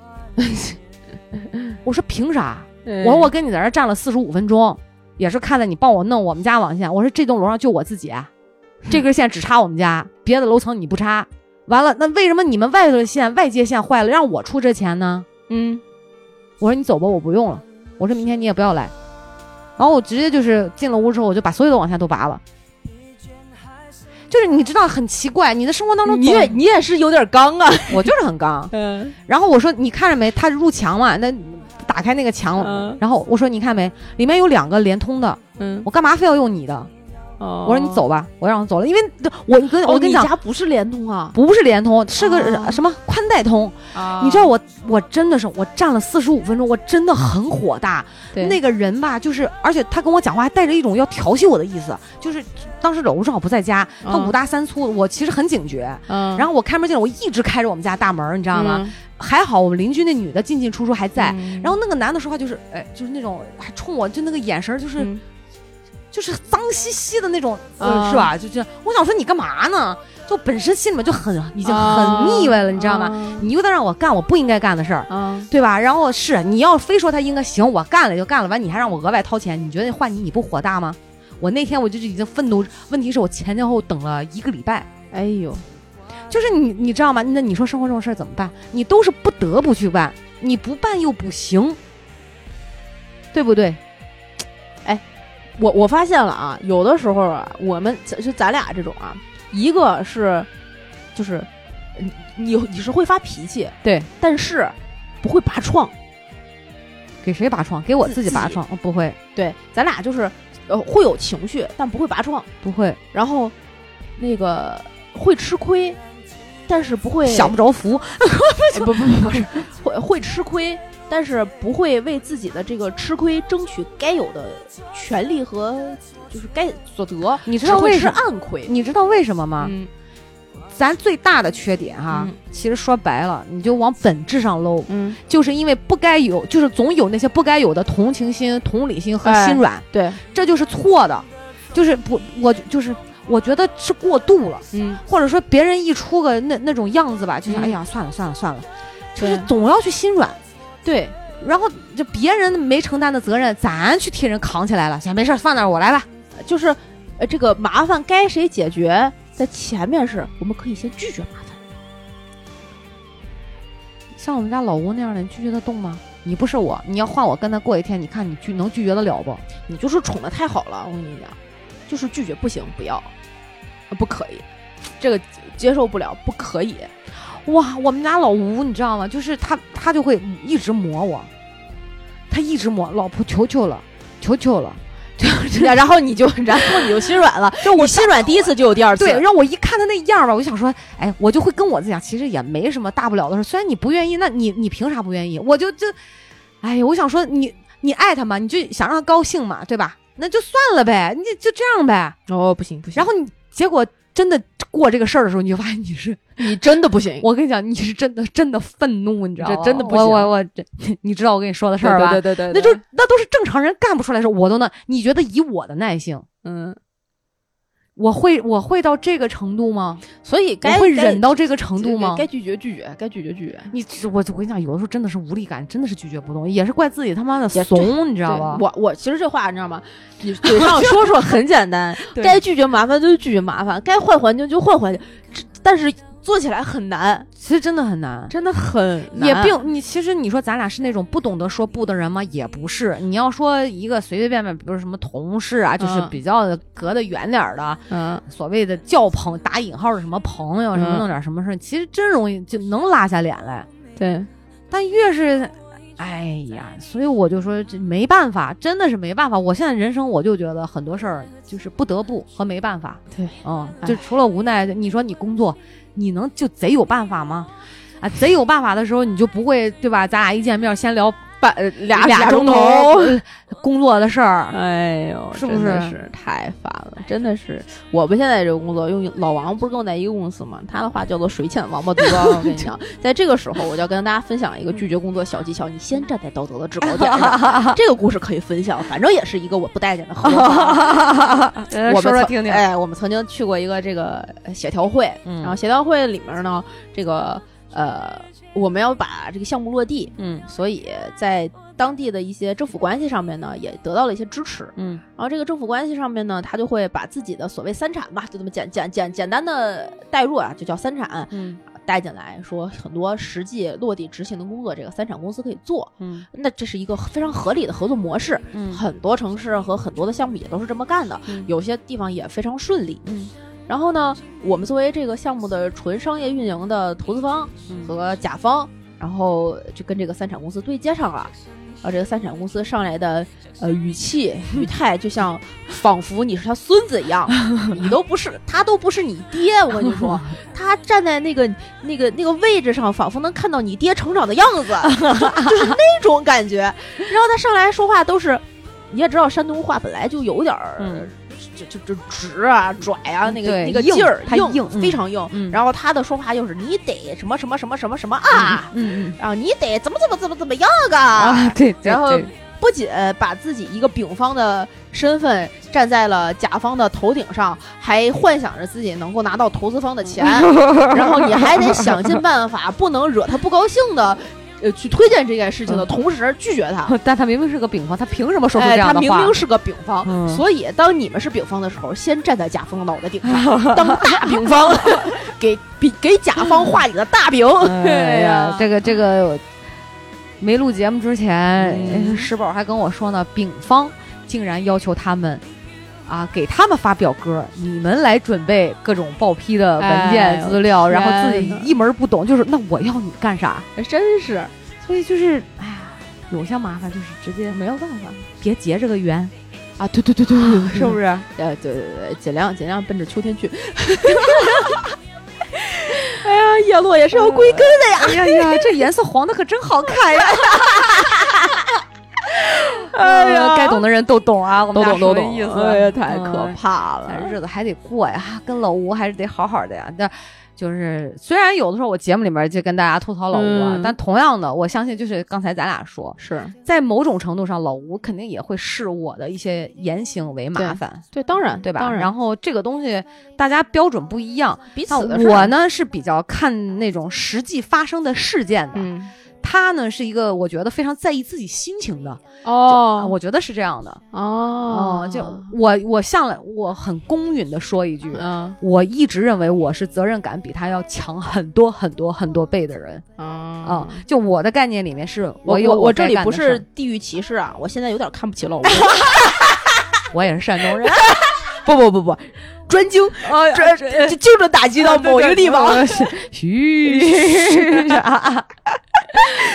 [SPEAKER 1] 我说凭啥？ <laughs> 我说我跟你在这儿站了四十五分钟，也是看在你帮我弄我们家网线。我说这栋楼上就我自己，啊 <laughs> 这根线只插我们家，别的楼层你不插。完了，那为什么你们外头的线外接线坏了，让我出这钱呢？
[SPEAKER 2] 嗯
[SPEAKER 1] 我说你走吧，我不用了。我说明天你也不要来。然后我直接就是进了屋之后，我就把所有的网线都拔了。就是你知道很奇怪，你的生活当中
[SPEAKER 2] 你也
[SPEAKER 1] 总
[SPEAKER 2] 你也是有点刚啊
[SPEAKER 1] 我就是很刚。
[SPEAKER 2] 嗯
[SPEAKER 1] <laughs> 然后我说你看着没，他入墙嘛，那打开那个墙，
[SPEAKER 2] 嗯
[SPEAKER 1] 然后我说你看没，里面有两个联通的，
[SPEAKER 2] 嗯
[SPEAKER 1] 我干嘛非要用你的？
[SPEAKER 2] 我
[SPEAKER 1] 我说你走吧，我让我走了，因为我跟我跟你讲，
[SPEAKER 2] 哦家不是联通啊
[SPEAKER 1] 不是联通，是个
[SPEAKER 2] 哦
[SPEAKER 1] 什么宽带通。
[SPEAKER 2] 啊
[SPEAKER 1] 你知道我我真的是我站了四十五分钟，我真的很火大。
[SPEAKER 2] 对
[SPEAKER 1] 那个人吧，就是，而且他跟我讲话还带着一种要调戏我的意思，就是当时楼正好不在家，他
[SPEAKER 2] 嗯
[SPEAKER 1] 五大三粗，我其实很警觉。
[SPEAKER 2] 嗯
[SPEAKER 1] 然
[SPEAKER 2] 后
[SPEAKER 1] 后我开门进来，我一直开着我们家大门，你知
[SPEAKER 2] 知
[SPEAKER 1] 道吗？还好我们邻居那女的进进出出还在。然
[SPEAKER 2] 后
[SPEAKER 1] 后那个男的说话就是，哎，就是那种还冲我，就那个眼神儿
[SPEAKER 2] 嗯
[SPEAKER 1] 就是、就是脏兮兮的那种，呃
[SPEAKER 2] 啊
[SPEAKER 1] 是吧？就这样，我想说你干嘛呢？就本身心里面就很已经很
[SPEAKER 2] 嗯
[SPEAKER 1] 腻歪了，你知道吗？
[SPEAKER 2] 吗
[SPEAKER 1] 你又在让我干我不应该干的事儿，
[SPEAKER 2] 啊
[SPEAKER 1] 对吧？然后是你要非说他应该行，我干了就干了，完你还让我额外掏钱，你觉得换你你不火大吗？我那天我就是已经愤怒，问题是我前前后后等了一个礼拜，
[SPEAKER 2] 哎呦
[SPEAKER 1] 就是你你知道吗？那你说生活这种事儿怎么办？你都是不得不去办，你不办又不行，对不对？
[SPEAKER 2] 我我发现了啊，有的时候啊，我们咱就咱俩这种啊，一个是就是你你你是会发脾气，
[SPEAKER 1] 对，
[SPEAKER 2] 但是不会拔创。
[SPEAKER 1] 给谁拔创？给我
[SPEAKER 2] 自
[SPEAKER 1] 自己拔
[SPEAKER 2] 自己
[SPEAKER 1] 创？哦不会，
[SPEAKER 2] 对，咱俩就是呃会有情绪，但不会拔创，
[SPEAKER 1] 不会，
[SPEAKER 2] 然后那个会吃亏，但是不会
[SPEAKER 1] 享不着福。
[SPEAKER 2] 不不不不是 <laughs> 会会吃亏，但是不会为自己的这个吃亏争取该有的权利和就是该所得，
[SPEAKER 1] 你知
[SPEAKER 2] 只
[SPEAKER 1] 道为
[SPEAKER 2] 会吃
[SPEAKER 1] 什么？
[SPEAKER 2] 暗亏
[SPEAKER 1] 你知道为什么吗？
[SPEAKER 2] 嗯
[SPEAKER 1] 咱最大的缺点哈、
[SPEAKER 2] 嗯
[SPEAKER 1] 其实说白了，你就往本质上搂，
[SPEAKER 2] 嗯，
[SPEAKER 1] 就是因为不该有，就是总有那些不该有的同情心、同理心和
[SPEAKER 2] 哎
[SPEAKER 1] 心软，
[SPEAKER 2] 对，
[SPEAKER 1] 这就是错的，就是不，我就是我觉得是过度了，
[SPEAKER 2] 嗯，
[SPEAKER 1] 或者说别人一出个那那种样子吧，就想、
[SPEAKER 2] 嗯
[SPEAKER 1] 哎呀算了算了算了，就是
[SPEAKER 2] 对
[SPEAKER 1] 总要去心软，
[SPEAKER 2] 对，
[SPEAKER 1] 然后就别人没承担的责任，咱去替人扛起来了，行，没事儿放那儿我来吧，
[SPEAKER 2] 就是呃，这个麻烦该谁解决，在前面是我们可以先拒绝麻烦，
[SPEAKER 1] 像我们家老吴那样的，你拒绝得动吗？你不是我，你要换我跟他过一天，你看你拒能拒绝得了不？
[SPEAKER 2] 你就是宠的太好了，我跟你讲，就是拒绝不行，不要，呃不可以，这个接受不了，不可以。
[SPEAKER 1] 哇，我们家老吴你知道吗？就是他他就会一直磨我，他一直磨，老婆求求了，求求了， <laughs> 就是
[SPEAKER 2] 然后你就， <laughs> 然后你就心软了， <laughs> 就我心软第一次就有第二次，
[SPEAKER 1] 对，让我一看他那样儿吧，我就想说，哎，我就会跟我自己讲，其实也没什么大不了的事。虽然你不愿意，那你你凭啥不愿意？我就就，哎呀，我想说你你爱他嘛，你就想让他高兴嘛，对吧？那就算了呗，你就就这样呗。
[SPEAKER 2] 哦，不行不行，
[SPEAKER 1] 然后你结果真的过这个事儿的时候，你就发现你是，
[SPEAKER 2] 你真的不行，
[SPEAKER 1] 我跟你讲，你是真的真的愤怒，你知道吗？
[SPEAKER 2] 嗯这真的不行
[SPEAKER 1] 我我我，这 <laughs> 你知道我跟你说的事儿吧？
[SPEAKER 2] 对对对
[SPEAKER 1] 那
[SPEAKER 2] 对，
[SPEAKER 1] 就那都是正常人干不出来的事儿，我都能。你觉得以我的耐性，
[SPEAKER 2] 嗯，
[SPEAKER 1] 我会我会到这个程度吗？
[SPEAKER 2] 所以
[SPEAKER 1] 我
[SPEAKER 2] 该
[SPEAKER 1] 会忍到这个程度吗？
[SPEAKER 2] 该拒绝拒绝，该拒绝拒绝。
[SPEAKER 1] 你我我跟你讲，有的时候真的是无力感，真的是拒绝不动，也是怪自己他妈的
[SPEAKER 2] 也
[SPEAKER 1] 怂，你知道吧？
[SPEAKER 2] 我我其实这话你知道吗？
[SPEAKER 1] <laughs>，
[SPEAKER 2] 你嘴上说说很简单
[SPEAKER 1] 对
[SPEAKER 2] 该拒绝麻烦就拒绝麻烦，该换环境就换环境，这但是做起来很难，
[SPEAKER 1] 其实真的很难。
[SPEAKER 2] 真的很难。
[SPEAKER 1] 也并 <laughs> 你其实你说咱俩是那种不懂得说不的人吗？也不是。你要说一个随随便便，比如什么同事啊，就是
[SPEAKER 2] 嗯
[SPEAKER 1] 比较隔得远点儿的，
[SPEAKER 2] 嗯，
[SPEAKER 1] 所谓的叫朋打引号的什么朋友，什么
[SPEAKER 2] 嗯
[SPEAKER 1] 弄点什么事儿，其实真容易就能拉下脸来。
[SPEAKER 2] 对，
[SPEAKER 1] 但越是，哎呀，所以我就说这没办法，真的是没办法。我现在人生我就觉得很多事儿就是不得不和没办法。
[SPEAKER 2] 对，
[SPEAKER 1] 嗯，
[SPEAKER 2] 哎
[SPEAKER 1] 就除了无奈，你说你工作，你能就贼有办法吗？啊，贼有办法的时候，你就不会对吧？咱俩一见面先聊
[SPEAKER 2] 半呃
[SPEAKER 1] <laughs>
[SPEAKER 2] 俩
[SPEAKER 1] 俩
[SPEAKER 2] 钟
[SPEAKER 1] 钟
[SPEAKER 2] 头，
[SPEAKER 1] 呃工作的事儿，
[SPEAKER 2] 哎呦，
[SPEAKER 1] 是不
[SPEAKER 2] 真的
[SPEAKER 1] 是
[SPEAKER 2] 是太烦了？真的是，我们现在这个工作，用老王不是跟我在一个公司吗？他的话叫做“水浅王八犊子”。我跟你
[SPEAKER 1] <laughs>
[SPEAKER 2] 讲，在这个时候，我就要跟大家分享一个拒绝工作小技巧：你先站在道德的制高点
[SPEAKER 1] <laughs>
[SPEAKER 2] 上。这个故事可以分享，反正也是一个我不待见的合作啊方。
[SPEAKER 1] 呃
[SPEAKER 2] 我们
[SPEAKER 1] 说说
[SPEAKER 2] 曾
[SPEAKER 1] 听听。
[SPEAKER 2] 哎，我们曾经去过一个这个呃协调会，
[SPEAKER 1] 嗯
[SPEAKER 2] 然后协调会里面呢，这个呃，我们要把这个项目落地，
[SPEAKER 1] 嗯
[SPEAKER 2] 所以在当地的一些政府关系上面呢，也得到了一些支持。
[SPEAKER 1] 嗯
[SPEAKER 2] 然后这个政府关系上面呢，他就会把自己的所谓三产吧，就这么简简简简单的带入啊，就叫三产
[SPEAKER 1] 嗯
[SPEAKER 2] 带进来，说很多实际落地执行的工作，这个三产公司可以做。
[SPEAKER 1] 嗯
[SPEAKER 2] 那这是一个非常合理的合作模式，
[SPEAKER 1] 嗯
[SPEAKER 2] 很多城市和很多的项目也都是这么干的，
[SPEAKER 1] 嗯
[SPEAKER 2] 有些地方也非常顺利。
[SPEAKER 1] 嗯
[SPEAKER 2] 然后呢，我们作为这个项目的纯商业运营的投资方
[SPEAKER 1] 嗯
[SPEAKER 2] 和甲方，然后就跟这个三产公司对接上了。然后这个三产公司上来的呃
[SPEAKER 1] <laughs>
[SPEAKER 2] 语气语态，就像仿佛你是他孙子一样，你都不是，他都不是你爹。我跟你
[SPEAKER 1] <laughs>
[SPEAKER 2] 说，他站在那个那个那个位置上，仿佛能看到你爹成长的样子， <laughs> 就就是那种感觉。然后他上来说话都是，你也知道山东话本来就有点儿
[SPEAKER 1] 嗯
[SPEAKER 2] 就就就直啊、拽啊，那个
[SPEAKER 1] 对
[SPEAKER 2] 那个
[SPEAKER 1] 硬
[SPEAKER 2] 劲儿
[SPEAKER 1] 它硬嗯
[SPEAKER 2] 非常硬。
[SPEAKER 1] 嗯
[SPEAKER 2] 然后他的说话又是你得什么什么什么什么什么啊，
[SPEAKER 1] 嗯嗯
[SPEAKER 2] 然后你得怎么怎么怎么怎么样啊。
[SPEAKER 1] 啊对，对
[SPEAKER 2] 然后
[SPEAKER 1] 对
[SPEAKER 2] 不仅把自己一个丙方的身份站在了甲方的头顶上，还幻想着自己能够拿到投资方
[SPEAKER 1] <laughs>
[SPEAKER 2] 的钱，然后你还得想尽办法，不能惹他不高兴的，呃，去推荐这件事情的
[SPEAKER 1] 嗯
[SPEAKER 2] 同时拒绝他。
[SPEAKER 1] 但他明明是个丙方，他凭什么说出这
[SPEAKER 2] 哎，
[SPEAKER 1] 样
[SPEAKER 2] 他
[SPEAKER 1] 的
[SPEAKER 2] 明
[SPEAKER 1] 话？
[SPEAKER 2] 明是个丙方，
[SPEAKER 1] 嗯
[SPEAKER 2] 所以当你们是丙方的时候，先站在甲方的脑袋顶
[SPEAKER 1] <laughs>
[SPEAKER 2] 上，当大丙方，给比给甲方画你的大饼。
[SPEAKER 1] 哎
[SPEAKER 2] <laughs>
[SPEAKER 1] 呀，这个这个，没录节目之前，哎
[SPEAKER 2] 嗯
[SPEAKER 1] 石宝还跟我说呢，丙方竟然要求他们。啊，给他们发表格，你们来准备各种报批的文
[SPEAKER 2] 哎
[SPEAKER 1] 件
[SPEAKER 2] 呦
[SPEAKER 1] 资料，然后自己
[SPEAKER 2] 天哪
[SPEAKER 1] 一门不懂，就是那我要你干啥？
[SPEAKER 2] 哎真是
[SPEAKER 1] 所以就是，哎呀，有些麻烦就是直接
[SPEAKER 2] 没有办法。
[SPEAKER 1] 别结这个缘，
[SPEAKER 2] 啊，对对对对对，
[SPEAKER 1] 是不
[SPEAKER 2] 是？
[SPEAKER 1] 是？
[SPEAKER 2] 呃，对对对，尽量尽量奔着秋天去。 <laughs> 哎呀，叶落也是要归根的呀。
[SPEAKER 1] 哎呀呀，这颜色黄的可真好看呀！
[SPEAKER 2] <laughs> 哎呀，
[SPEAKER 1] 呃该懂的人都懂啊，我们
[SPEAKER 2] 都
[SPEAKER 1] 俩
[SPEAKER 2] 懂都
[SPEAKER 1] 说的
[SPEAKER 2] 懂，
[SPEAKER 1] 意思。
[SPEAKER 2] 哎呀，太可
[SPEAKER 1] 嗯
[SPEAKER 2] 怕了。
[SPEAKER 1] 咱日子还得过呀，跟老吴还是得好好的呀。但就是虽然有的时候我节目里面就跟大家吐槽老吴啊，
[SPEAKER 2] 嗯
[SPEAKER 1] 但同样的，我相信就是刚才咱俩说，
[SPEAKER 2] 是
[SPEAKER 1] 在某种程度上，老吴肯定也会视我的一些言行为麻烦，
[SPEAKER 2] 对，当然
[SPEAKER 1] 对吧？
[SPEAKER 2] 当然
[SPEAKER 1] 然后这个东西大家标准不一样，
[SPEAKER 2] 彼此
[SPEAKER 1] 那
[SPEAKER 2] 的事
[SPEAKER 1] 我
[SPEAKER 2] 儿，
[SPEAKER 1] 呢是比较看那种实际发生的事件的，
[SPEAKER 2] 嗯，
[SPEAKER 1] 他呢是一个我觉得非常在意自己心情的，
[SPEAKER 2] 哦，
[SPEAKER 1] 啊我觉得是这样的。
[SPEAKER 2] 哦
[SPEAKER 1] 嗯就我我向来我很公允的说一句，
[SPEAKER 2] 嗯
[SPEAKER 1] 我一直认为我是责任感比他要强很多很多很多倍的人，
[SPEAKER 2] 啊
[SPEAKER 1] 啊、就我的概念里面是
[SPEAKER 2] 我
[SPEAKER 1] 有
[SPEAKER 2] 我
[SPEAKER 1] 我
[SPEAKER 2] 这里
[SPEAKER 1] 该干
[SPEAKER 2] 不
[SPEAKER 1] 的事
[SPEAKER 2] 是
[SPEAKER 1] 儿，
[SPEAKER 2] 地域歧视啊，我现在有点看不 <laughs> 起老吴。
[SPEAKER 1] 我也是山
[SPEAKER 2] <laughs>
[SPEAKER 1] 东人，
[SPEAKER 2] 不不不不，专精
[SPEAKER 1] 哎呀
[SPEAKER 2] 专就精准打击到某一个地方。。
[SPEAKER 1] <laughs> 嘘，
[SPEAKER 2] <laughs>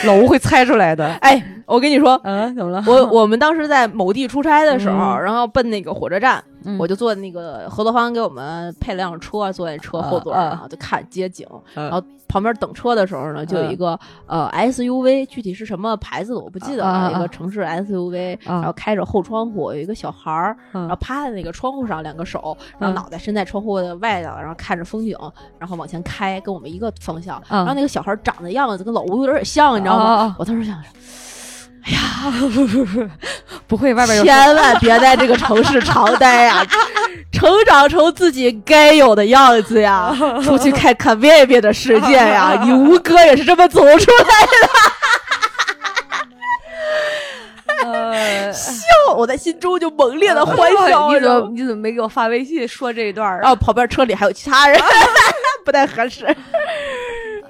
[SPEAKER 1] 老吴会猜出来的。
[SPEAKER 2] 哎，我跟你说，
[SPEAKER 1] 嗯，怎么了？
[SPEAKER 2] <laughs> 我我们当时在某地出差的时候，
[SPEAKER 1] 嗯
[SPEAKER 2] 然后奔那个火车站，
[SPEAKER 1] 嗯
[SPEAKER 2] 我就坐那个合作方给我们配了辆车，坐在车后座上，
[SPEAKER 1] 啊啊
[SPEAKER 2] 然后就看街景。
[SPEAKER 1] 嗯
[SPEAKER 2] 然后旁边等车的时候呢，就有一个、呃 SUV，具体是什么牌子的我不记得了，
[SPEAKER 1] 啊啊啊
[SPEAKER 2] 一个城市 SUV，、
[SPEAKER 1] 啊
[SPEAKER 2] 然后开着后窗户，有一个小孩儿，然后
[SPEAKER 1] 嗯
[SPEAKER 2] 趴在那个窗户上，两个手，然
[SPEAKER 1] 嗯
[SPEAKER 2] 后脑袋伸在窗户的外头，然后看着风景，然后往前开，跟我们一个方向。
[SPEAKER 1] 嗯
[SPEAKER 2] 然后那个小孩长得样子跟老吴有点像，你知道吗？
[SPEAKER 1] 哦哦哦
[SPEAKER 2] 我当时想，
[SPEAKER 1] 不会外边有
[SPEAKER 2] 千万别在这个城市长待呀、成长成自己该有的样
[SPEAKER 1] <laughs>
[SPEAKER 2] 子呀，出去看看外面的世界呀。你吴哥也是这么走出来
[SPEAKER 1] 呃，
[SPEAKER 2] 的，我在心中就
[SPEAKER 1] <laughs>
[SPEAKER 2] 猛烈的欢笑。
[SPEAKER 1] 哎你
[SPEAKER 2] 你知
[SPEAKER 1] 怎
[SPEAKER 2] 道
[SPEAKER 1] 么
[SPEAKER 2] 吗
[SPEAKER 1] 你怎么没给我发微信说这一段儿
[SPEAKER 2] 然
[SPEAKER 1] 啊？
[SPEAKER 2] 后旁边车里还有其他人， <laughs> 不太合适。 <laughs>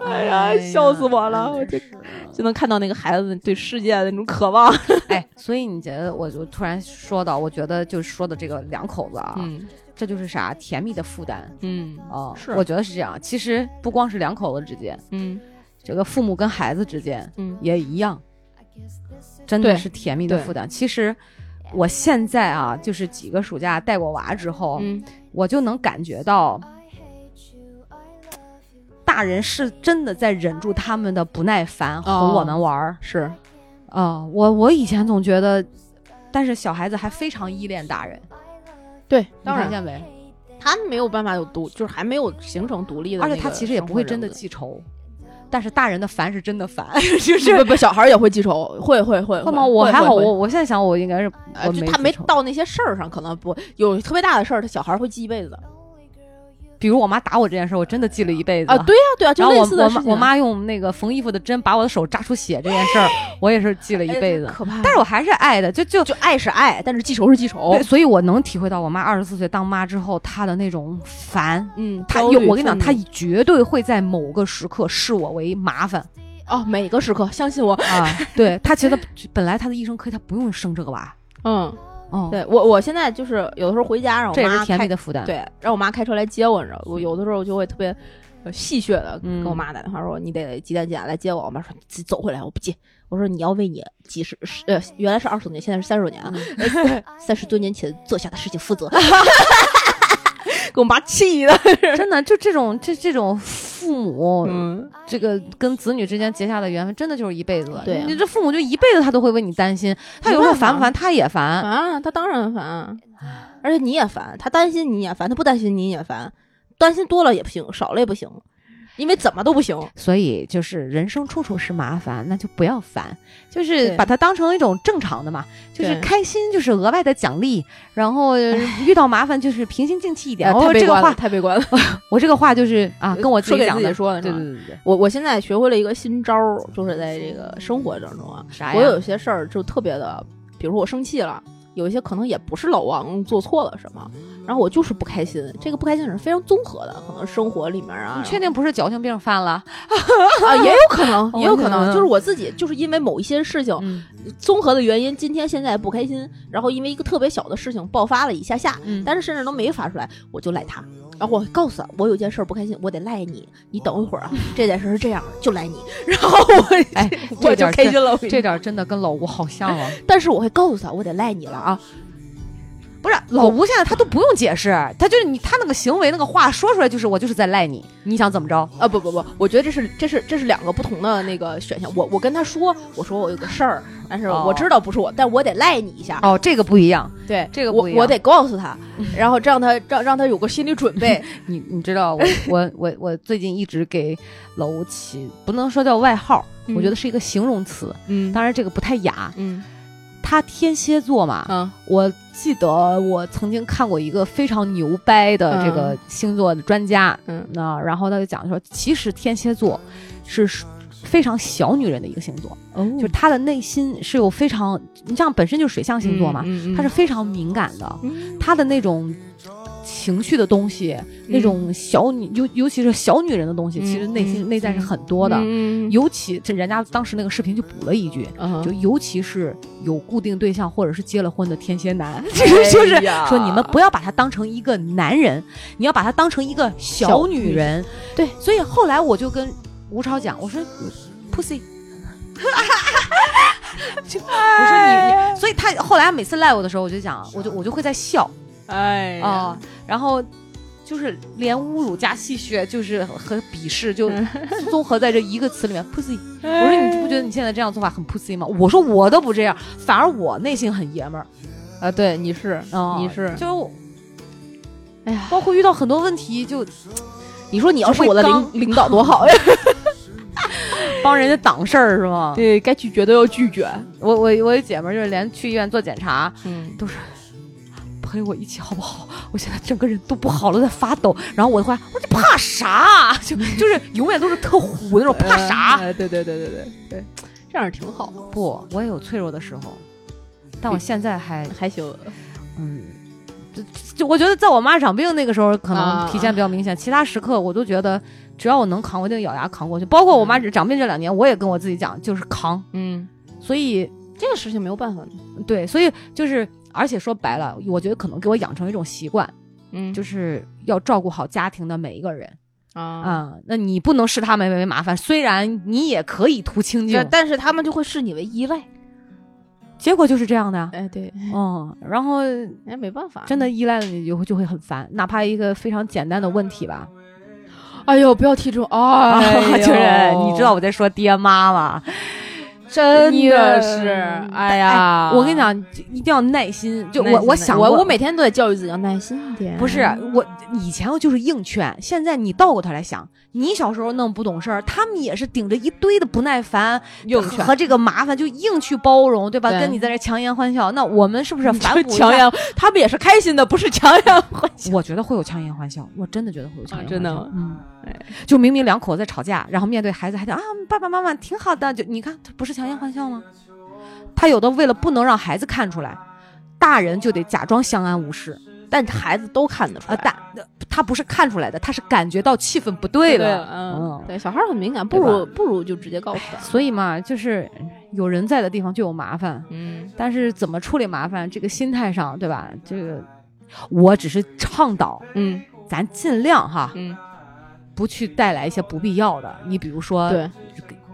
[SPEAKER 2] 哎呀，笑死我了！我啊这 <laughs> 就能看到那个孩子对世界的那种渴望。
[SPEAKER 1] 哎，所以你觉得我就突然说到，我觉得就说的这个两口子啊，
[SPEAKER 2] 嗯
[SPEAKER 1] 这就是啥甜蜜的负担
[SPEAKER 2] 嗯
[SPEAKER 1] 啊、
[SPEAKER 2] 是
[SPEAKER 1] 我觉得是这样。其实不光是两口子之间，
[SPEAKER 2] 嗯
[SPEAKER 1] 这个父母跟孩子之间
[SPEAKER 2] 嗯
[SPEAKER 1] 也一样，真的
[SPEAKER 2] 对
[SPEAKER 1] 是甜蜜的
[SPEAKER 2] 对
[SPEAKER 1] 负担。其实我现在啊，就是几个暑假带过娃之后，
[SPEAKER 2] 嗯
[SPEAKER 1] 我就能感觉到，大人是真的在忍住他们的不耐烦哄
[SPEAKER 2] 哦
[SPEAKER 1] 我们玩儿
[SPEAKER 2] 是
[SPEAKER 1] 啊、我我以前总觉得，但是小孩子还非常依恋大人，
[SPEAKER 2] 对，
[SPEAKER 1] 你
[SPEAKER 2] 当
[SPEAKER 1] 看
[SPEAKER 2] 然
[SPEAKER 1] 见没？
[SPEAKER 2] 他没有办法有独，就是还没有形成独立的那
[SPEAKER 1] 而
[SPEAKER 2] 个生活人
[SPEAKER 1] 且他
[SPEAKER 2] 格，
[SPEAKER 1] 其实也不会真的记仇，但是大人的烦是真的烦， <laughs> 就是
[SPEAKER 2] 不不，小孩儿也会记仇，会会会
[SPEAKER 1] 会吗？我还好，。
[SPEAKER 2] 会
[SPEAKER 1] 我
[SPEAKER 2] 会
[SPEAKER 1] 我现在想，我应该是
[SPEAKER 2] 呃，
[SPEAKER 1] 我
[SPEAKER 2] 就
[SPEAKER 1] 没
[SPEAKER 2] 他没
[SPEAKER 1] 记仇
[SPEAKER 2] 到那些事儿上，可能不有特别大的事儿，他小孩儿会记一辈子的
[SPEAKER 1] 比如我妈打我这件事，我真的记了一辈子
[SPEAKER 2] 啊。对呀、对呀、
[SPEAKER 1] 然
[SPEAKER 2] 就
[SPEAKER 1] 后
[SPEAKER 2] 类
[SPEAKER 1] 我
[SPEAKER 2] 似
[SPEAKER 1] 我
[SPEAKER 2] 的事
[SPEAKER 1] 妈
[SPEAKER 2] 情。啊
[SPEAKER 1] 我妈用那个缝衣服的针把我的手扎出血这件事儿，我也是记了一辈子
[SPEAKER 2] 哎。可怕。
[SPEAKER 1] 但是我还是爱的，就就
[SPEAKER 2] 就爱是爱，但是记仇是记仇
[SPEAKER 1] 对，。所以我能体会到我妈二十四岁当妈之后她的那种烦。
[SPEAKER 2] 嗯，
[SPEAKER 1] 她
[SPEAKER 2] 焦
[SPEAKER 1] 有
[SPEAKER 2] 虑
[SPEAKER 1] 我跟你讲，
[SPEAKER 2] 愤
[SPEAKER 1] 她
[SPEAKER 2] 怒
[SPEAKER 1] 绝对会在某个时刻视我为麻 <laughs> 烦
[SPEAKER 2] 哦，每个时刻相信我。
[SPEAKER 1] 啊！对她觉得本来她的一生可以，她不用生这个娃。
[SPEAKER 2] 嗯，
[SPEAKER 1] 哦，
[SPEAKER 2] 对我我现在就是有的时候回家，让我
[SPEAKER 1] 这也
[SPEAKER 2] 妈
[SPEAKER 1] 是甜
[SPEAKER 2] 开
[SPEAKER 1] 蜜的负担。，
[SPEAKER 2] 对，让我妈开车来接我，你知道，我有的时候就会特别呃戏谑的
[SPEAKER 1] 嗯
[SPEAKER 2] 跟我妈打电话说，你得几点几点来接我。我妈说你自己走回来，我不接。我说你要为你几十十呃原来是二十多年，现在是三十多
[SPEAKER 1] 嗯
[SPEAKER 2] <laughs> 年啊，三十、多年前做下的事情负 <laughs> 责。给我妈气的，
[SPEAKER 1] <laughs> 真的就这种这这种父母，
[SPEAKER 2] 嗯，
[SPEAKER 1] 这个跟子女之间结下的缘分，真的就是一辈子的。
[SPEAKER 2] 对啊
[SPEAKER 1] 你这父母就一辈子他都会为你担心，他有时候烦不烦他也
[SPEAKER 2] 烦
[SPEAKER 1] 烦。
[SPEAKER 2] 啊，她当然烦啊，而且你也烦，她担心你也烦，她不担心你也烦，担心多了也不行，少了也不行，因为怎么都不行。
[SPEAKER 1] 所以就是人生处处是麻烦，那就不要烦，就是
[SPEAKER 2] 对
[SPEAKER 1] 把它当成一种正常的嘛，就是
[SPEAKER 2] 对
[SPEAKER 1] 开心就是额外的奖励，然
[SPEAKER 2] <laughs>
[SPEAKER 1] 后呃遇到麻烦就是平心静气一点。
[SPEAKER 2] 哎
[SPEAKER 1] 哦，
[SPEAKER 2] 太悲
[SPEAKER 1] 这个
[SPEAKER 2] 观了
[SPEAKER 1] 话，
[SPEAKER 2] 太悲观了。
[SPEAKER 1] 我这个话就是啊，跟我自
[SPEAKER 2] 说
[SPEAKER 1] 己
[SPEAKER 2] 给
[SPEAKER 1] 讲
[SPEAKER 2] 自
[SPEAKER 1] 的。
[SPEAKER 2] 己说的，
[SPEAKER 1] 对对对对对，
[SPEAKER 2] 我我现在学会了一个新招儿，就是在这个生活当中啊，
[SPEAKER 1] 啥
[SPEAKER 2] 我有些事儿就特别的，比如说我生气了，有一些可能也不是老王做错了什么，然后我就是不开心，这个不开心是非常综合的，可能生活里面啊
[SPEAKER 1] 你，确定不是矫情病犯了？
[SPEAKER 2] 啊也有可能，也有可
[SPEAKER 1] 哦
[SPEAKER 2] 能
[SPEAKER 1] 嗯
[SPEAKER 2] 就是我自己就是因为某一些事情
[SPEAKER 1] 嗯
[SPEAKER 2] 综合的原因，今天现在不开心，然后因为一个特别小的事情爆发了一下下，
[SPEAKER 1] 嗯
[SPEAKER 2] 但是甚至都没发出来，我就赖他。然后我告诉他，我有件事儿不开心，我得赖你，你等一会儿啊，这件事儿是这样的，就赖你。然后我，
[SPEAKER 1] 哦哎
[SPEAKER 2] 我
[SPEAKER 1] 这
[SPEAKER 2] 就 <laughs>
[SPEAKER 1] 点儿
[SPEAKER 2] 开心了。我跟你
[SPEAKER 1] 这点儿真的跟老吴好像啊。
[SPEAKER 2] 但是我会告诉他，我得赖你了啊。
[SPEAKER 1] 不是老吴现在他都不用解释，他就是你他那个行为那个话说出来就是我就是在赖你，你想怎么着？
[SPEAKER 2] 啊，不不不，我觉得这是这是这是两个不同的那个选项。我我跟他说，我说我有个事儿，但是
[SPEAKER 1] 哦
[SPEAKER 2] 我知道不是我，但我得赖你一下。
[SPEAKER 1] 哦，这个不一样。
[SPEAKER 2] 对，
[SPEAKER 1] 这个
[SPEAKER 2] 我
[SPEAKER 1] 不一样嗯
[SPEAKER 2] 我得告诉他，然后让他让让他有个心理准备。
[SPEAKER 1] 你你知道我
[SPEAKER 2] <laughs>
[SPEAKER 1] 我我我最近一直给老吴起不能说叫外号，
[SPEAKER 2] 嗯
[SPEAKER 1] 我觉得是一个形容词，
[SPEAKER 2] 嗯
[SPEAKER 1] 当然这个不太雅。
[SPEAKER 2] 嗯
[SPEAKER 1] 他天蝎座嘛，
[SPEAKER 2] 啊
[SPEAKER 1] 我记得我曾经看过一个非常牛掰的这个星座的专家，
[SPEAKER 2] 嗯
[SPEAKER 1] 那然后他就讲说，其实天蝎座是非常小女人的一个星座，
[SPEAKER 2] 哦，
[SPEAKER 1] 就是她的内心是有非常，你像本身就是水象星座嘛，
[SPEAKER 2] 嗯，嗯
[SPEAKER 1] 她是非常敏感的，
[SPEAKER 2] 嗯
[SPEAKER 1] 她的那种情绪的东西，那种小女尤尤其是小女人的东西，
[SPEAKER 2] 嗯
[SPEAKER 1] 其实内心、内在是很多的。
[SPEAKER 2] 嗯
[SPEAKER 1] 尤其这人家当时那个视频就补了一句，
[SPEAKER 2] 嗯
[SPEAKER 1] 就尤其是有固定对象或者是结了婚的天蝎男， <laughs>
[SPEAKER 2] <laughs>
[SPEAKER 1] 就是
[SPEAKER 2] 哎
[SPEAKER 1] 就是说你们不要把他当成一个男人，你要把他当成一个小
[SPEAKER 2] 小
[SPEAKER 1] 女
[SPEAKER 2] 女
[SPEAKER 1] 人。
[SPEAKER 2] 对，
[SPEAKER 1] 所以后来我就跟吴超讲，我说，pussy。就我说你，你所以他后来每次赖我的时候，我就讲，我就我就会在笑
[SPEAKER 2] 哎
[SPEAKER 1] 啊、然后就是连侮辱加戏谑，就是和鄙视，就
[SPEAKER 2] 嗯
[SPEAKER 1] <laughs> 综合在这一个词里面，pussy。
[SPEAKER 2] <laughs> 我
[SPEAKER 1] 我说你不觉得你现在这样做法很 pussy 吗？我说我都不这样，反而我内心很爷们儿。
[SPEAKER 2] 啊？对，你是
[SPEAKER 1] 哦
[SPEAKER 2] 你是
[SPEAKER 1] 就是我
[SPEAKER 2] 哎呀，
[SPEAKER 1] 包括遇到很多问题，就
[SPEAKER 2] 你说你要是我的
[SPEAKER 1] 就会
[SPEAKER 2] 领领导多好 <laughs> 呀？
[SPEAKER 1] 帮人家挡事儿是吗？
[SPEAKER 2] 对该拒绝都要拒绝。
[SPEAKER 1] 我我我有姐们儿，就是连去医院做检查，
[SPEAKER 2] 嗯，
[SPEAKER 1] 陪我一起好不好？我现在整个人都不好了，在发抖。然后我的话，我说你怕啥？就就是永远都是特虎那种，怕啥？
[SPEAKER 2] 哎对对对对对对，这样挺好，
[SPEAKER 1] 不，我也有脆弱的时候，但我现在还
[SPEAKER 2] 还行。
[SPEAKER 1] 嗯，就就我觉得在我妈长病那个时候可能
[SPEAKER 2] 啊
[SPEAKER 1] 体现比较明显，其他时刻我都觉得只要我能扛，我一定咬牙扛过去。包括我妈长病这两年，我也跟我自己讲，就是扛。
[SPEAKER 2] 嗯，
[SPEAKER 1] 所以
[SPEAKER 2] 这个事情没有办法。
[SPEAKER 1] 对，所以就是，而且说白了，我觉得可能给我养成一种习惯，
[SPEAKER 2] 嗯，
[SPEAKER 1] 就是是要照顾好家庭的每一个人
[SPEAKER 2] 啊。
[SPEAKER 1] 啊、那你不能视他们为麻烦，虽然你也可以图清净
[SPEAKER 2] 但，但是他们就会视你为依赖，
[SPEAKER 1] 结果就是这样
[SPEAKER 2] <laughs>
[SPEAKER 1] 的。
[SPEAKER 2] 哎，对，
[SPEAKER 1] 嗯，然后
[SPEAKER 2] 哎，没办法，
[SPEAKER 1] 真的，依赖了你就会就会很烦，哪怕一个非常简单的问题吧，
[SPEAKER 2] 哎呦，不要提这 <laughs> 种，哎
[SPEAKER 1] 啊，
[SPEAKER 2] 呦，
[SPEAKER 1] <laughs>
[SPEAKER 2] 哎
[SPEAKER 1] 就是你知道我在说爹妈吗？
[SPEAKER 2] 真
[SPEAKER 1] 真的
[SPEAKER 2] 的是，
[SPEAKER 1] 哎
[SPEAKER 2] 哎呀，
[SPEAKER 1] 我跟你，讲，一定要耐心。就
[SPEAKER 2] 耐
[SPEAKER 1] 我
[SPEAKER 2] 心
[SPEAKER 1] 我
[SPEAKER 2] 耐
[SPEAKER 1] 想
[SPEAKER 2] 我
[SPEAKER 1] 过
[SPEAKER 2] 我每天都得教育自己要耐心一点，嗯
[SPEAKER 1] 不是我以前我就是硬劝，现在你倒过头来想，你小时候那么不懂事儿，他们也是顶着一堆的不耐烦
[SPEAKER 2] 硬
[SPEAKER 1] 和
[SPEAKER 2] 劝，
[SPEAKER 1] 和这个麻烦就硬去包容，对吧？
[SPEAKER 2] 对
[SPEAKER 1] 跟你在这强颜欢笑，那我们是不是反
[SPEAKER 2] 就
[SPEAKER 1] 哺一
[SPEAKER 2] 强
[SPEAKER 1] 下？
[SPEAKER 2] 颜，他们也是开心的，不是
[SPEAKER 1] <laughs>
[SPEAKER 2] 强颜欢笑。
[SPEAKER 1] 我觉得会有强颜欢笑，我真的觉得会有强颜欢笑。
[SPEAKER 2] 啊真的吗
[SPEAKER 1] 嗯
[SPEAKER 2] 哎，
[SPEAKER 1] 就明明两口子在吵架，然后面对孩子还得啊，爸爸妈妈挺好的，就你看他不是强颜欢笑吗？他有的为了不能让孩子看出来，大人就得假装相安无事
[SPEAKER 2] 但孩子都看得出
[SPEAKER 1] 啊，
[SPEAKER 2] 来，
[SPEAKER 1] 大他不是看出来的，他是感觉到气氛不对
[SPEAKER 2] 对
[SPEAKER 1] 了，
[SPEAKER 2] 嗯
[SPEAKER 1] 嗯，
[SPEAKER 2] 对，小孩很敏感，不
[SPEAKER 1] 对吧哎
[SPEAKER 2] 如不如就直接告诉他，
[SPEAKER 1] 所以嘛，就是有人在的地方就有麻烦，
[SPEAKER 2] 嗯，
[SPEAKER 1] 但是怎么处理麻烦，这个心态上，对吧？这个我只是倡导，
[SPEAKER 2] 嗯
[SPEAKER 1] 咱尽量哈，
[SPEAKER 2] 嗯，
[SPEAKER 1] 不去带来一些不必要的。你比如说，
[SPEAKER 2] 对，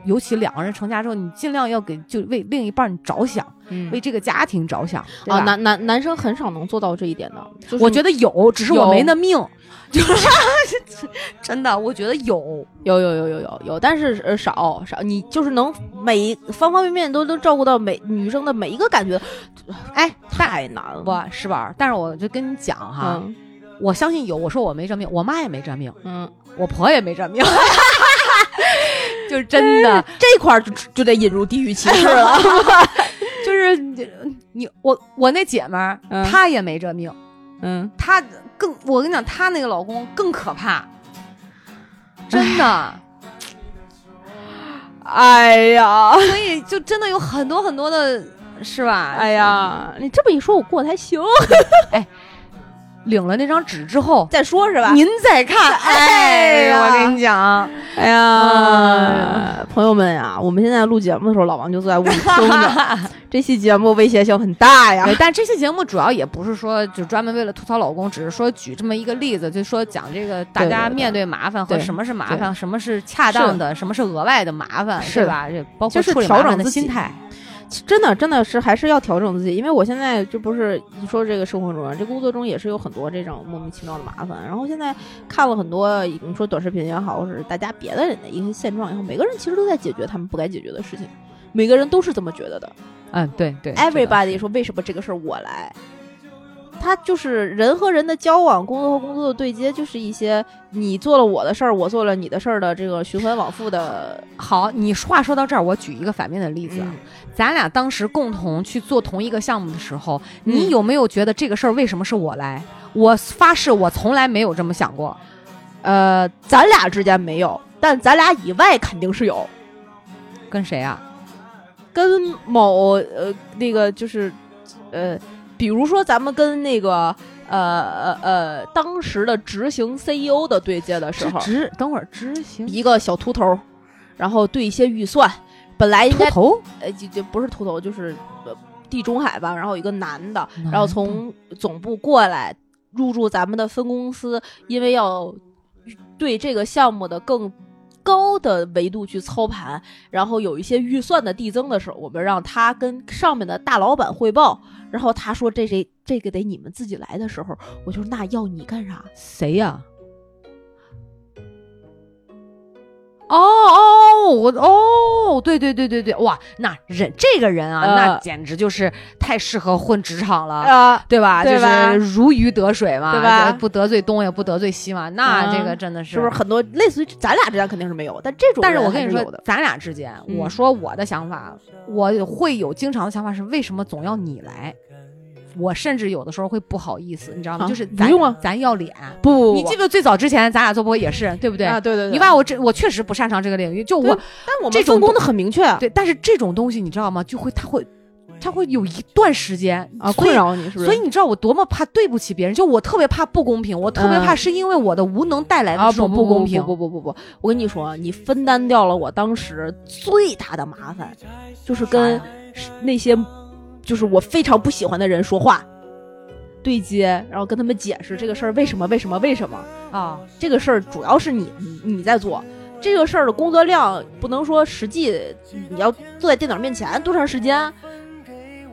[SPEAKER 1] 尤其两个人成家之后，你尽量要给就为另一半着想，
[SPEAKER 2] 嗯
[SPEAKER 1] 为这个家庭着想对吧
[SPEAKER 2] 啊，男男男生很少能做到这一点的，就是
[SPEAKER 1] 我觉得有，只是我
[SPEAKER 2] 有
[SPEAKER 1] 没那命，就是
[SPEAKER 2] <laughs>
[SPEAKER 1] 真的，我觉得有。
[SPEAKER 2] 有有有有有有，但是呃少少，你就是能每一方方面面都都照顾到每女生的每一个感觉，
[SPEAKER 1] 哎，
[SPEAKER 2] 太难了。
[SPEAKER 1] 我是吧？但是我就跟你讲哈，
[SPEAKER 2] 嗯
[SPEAKER 1] 我相信有。我说我没这命，我妈也没
[SPEAKER 2] <laughs>
[SPEAKER 1] 这命，
[SPEAKER 2] 嗯，
[SPEAKER 1] 我婆也没这命，就是真的，
[SPEAKER 2] 哎这块儿就就得引入地域歧视了。
[SPEAKER 1] 就是你你我我那姐们儿，
[SPEAKER 2] 嗯
[SPEAKER 1] 她也没这命，
[SPEAKER 2] <laughs> 嗯，
[SPEAKER 1] 她更我跟你讲，她那个老公更可怕，真的。
[SPEAKER 2] 哎呀，
[SPEAKER 1] 所以就真的有很多很多的，是吧？
[SPEAKER 2] 哎，呀，你这么一说，我过得还行。
[SPEAKER 1] 领了那张纸之后，
[SPEAKER 2] 再说是吧？
[SPEAKER 1] 您再看，哎，
[SPEAKER 2] <laughs> 哎呀
[SPEAKER 1] 我跟你
[SPEAKER 2] <laughs>
[SPEAKER 1] 讲，
[SPEAKER 2] 哎
[SPEAKER 1] 呀
[SPEAKER 2] 呀，朋友们呀，我们现在录节目的时候，老王就坐在屋里听着， <laughs> 这期节目威胁性很大
[SPEAKER 1] <laughs>
[SPEAKER 2] 呀。
[SPEAKER 1] 对但这期节目主要也不是说就专门为了吐槽老公，只是说举这么一个例子，就说讲这个大
[SPEAKER 2] 对
[SPEAKER 1] 家
[SPEAKER 2] 对对
[SPEAKER 1] 面对麻烦和
[SPEAKER 2] 对
[SPEAKER 1] 什么是麻烦，什么是恰当的，什么是额外的麻烦，
[SPEAKER 2] 是
[SPEAKER 1] 对吧？这包括
[SPEAKER 2] 就是
[SPEAKER 1] 处理麻
[SPEAKER 2] 调
[SPEAKER 1] 烦
[SPEAKER 2] 整
[SPEAKER 1] 的
[SPEAKER 2] 自己
[SPEAKER 1] 心态。
[SPEAKER 2] 真的，真的是还是要调整自己，因为我现在这不是你说这个生活中啊，这工作中也是有很多这种莫名其妙的麻烦。然后现在看了很多，你说短视频也好，或者是大家别的人的一些现状以后，每个人其实都在解决他们不该解决的事情，每个人都是这么觉得的。
[SPEAKER 1] 嗯，对对
[SPEAKER 2] Everybody 说为什么这个事儿我来？他就是人和人的交往，工作和工作的对接，就是一些你做了我的事儿，我做了你的事儿的这个循环往复的
[SPEAKER 1] 好，你话说到这儿，我举一个反面的例
[SPEAKER 2] 例
[SPEAKER 1] 子
[SPEAKER 2] 子
[SPEAKER 1] 啊，。咱俩当时共同去做同一个项目的时候，
[SPEAKER 2] 嗯
[SPEAKER 1] 你有没有觉得这个事儿为什么是我来？我发誓，我从来没有这么想过。
[SPEAKER 2] 呃，咱俩之间没有，但咱俩以外肯定是有。
[SPEAKER 1] 跟谁啊？
[SPEAKER 2] 跟某呃那个就是呃，比如说咱们跟那个呃呃呃，当时的执行 CEO 的对接的时
[SPEAKER 1] 是
[SPEAKER 2] 候，
[SPEAKER 1] 执等会儿执行
[SPEAKER 2] <laughs> 一个小秃头，然后对一些预算，本来应
[SPEAKER 1] 秃
[SPEAKER 2] 该
[SPEAKER 1] 头，
[SPEAKER 2] 呃就就不是秃头，就是呃地中海吧，然后有一个男的，然后从总部过来入驻咱们的分公司，因为要对这个项目的更高的维度去操盘，然后有一些预算的递增的时候，我们让他跟上面的大老板汇报，然后他说这这这个得你们自己来的时候，我就说那要你干啥？
[SPEAKER 1] 谁呀？哦哦，我哦，对对对对对，哇，那人这个人啊，
[SPEAKER 2] 呃
[SPEAKER 1] 那简直就是太适合混职场了。
[SPEAKER 2] 啊、
[SPEAKER 1] 对吧？
[SPEAKER 2] 对吧
[SPEAKER 1] 就是如鱼得水嘛，
[SPEAKER 2] 对吧嗯
[SPEAKER 1] 不得罪东也不得罪西嘛，那这个真的
[SPEAKER 2] 是不是很多类似于咱俩之间肯定是没有，但这种
[SPEAKER 1] 但是我
[SPEAKER 2] 人还
[SPEAKER 1] 跟你
[SPEAKER 2] 是
[SPEAKER 1] 说
[SPEAKER 2] 有的，
[SPEAKER 1] 咱俩之间，
[SPEAKER 2] 嗯
[SPEAKER 1] 我说我的想法，我会有经常的想法是为什么总要你来？我甚至有的时候会不好意思，你知道吗？
[SPEAKER 2] 啊
[SPEAKER 1] 就是
[SPEAKER 2] 不
[SPEAKER 1] 咱
[SPEAKER 2] 用啊
[SPEAKER 1] 咱要脸。
[SPEAKER 2] 不不
[SPEAKER 1] 你记不记得最早之前咱俩做播客也是，对不对？
[SPEAKER 2] 啊，对对对，
[SPEAKER 1] 你把我这我确实不擅长这个领域，就我
[SPEAKER 2] 但我们
[SPEAKER 1] 这种
[SPEAKER 2] 分工的很明确啊，
[SPEAKER 1] 对，但是这种东西你知道吗？就会它会它会有一段时间
[SPEAKER 2] 啊，
[SPEAKER 1] 所以
[SPEAKER 2] 困扰你是不是？
[SPEAKER 1] 所以你知道我多么怕对不起别人，就我特别怕不公平，我特别怕是因为我的无能带来的
[SPEAKER 2] 啊，
[SPEAKER 1] 这种
[SPEAKER 2] 不
[SPEAKER 1] 公平。
[SPEAKER 2] 不不不不不，我跟你说啊，你分担掉了我当时最大的麻烦，就是跟那些就是我非常不喜欢的人说话，对接，然后跟他们解释这个事儿为什么为什么为什么，
[SPEAKER 1] 啊，
[SPEAKER 2] 这个事儿主要是你你你在做。这个事儿的工作量不能说实际你要坐在电脑面前多长时间，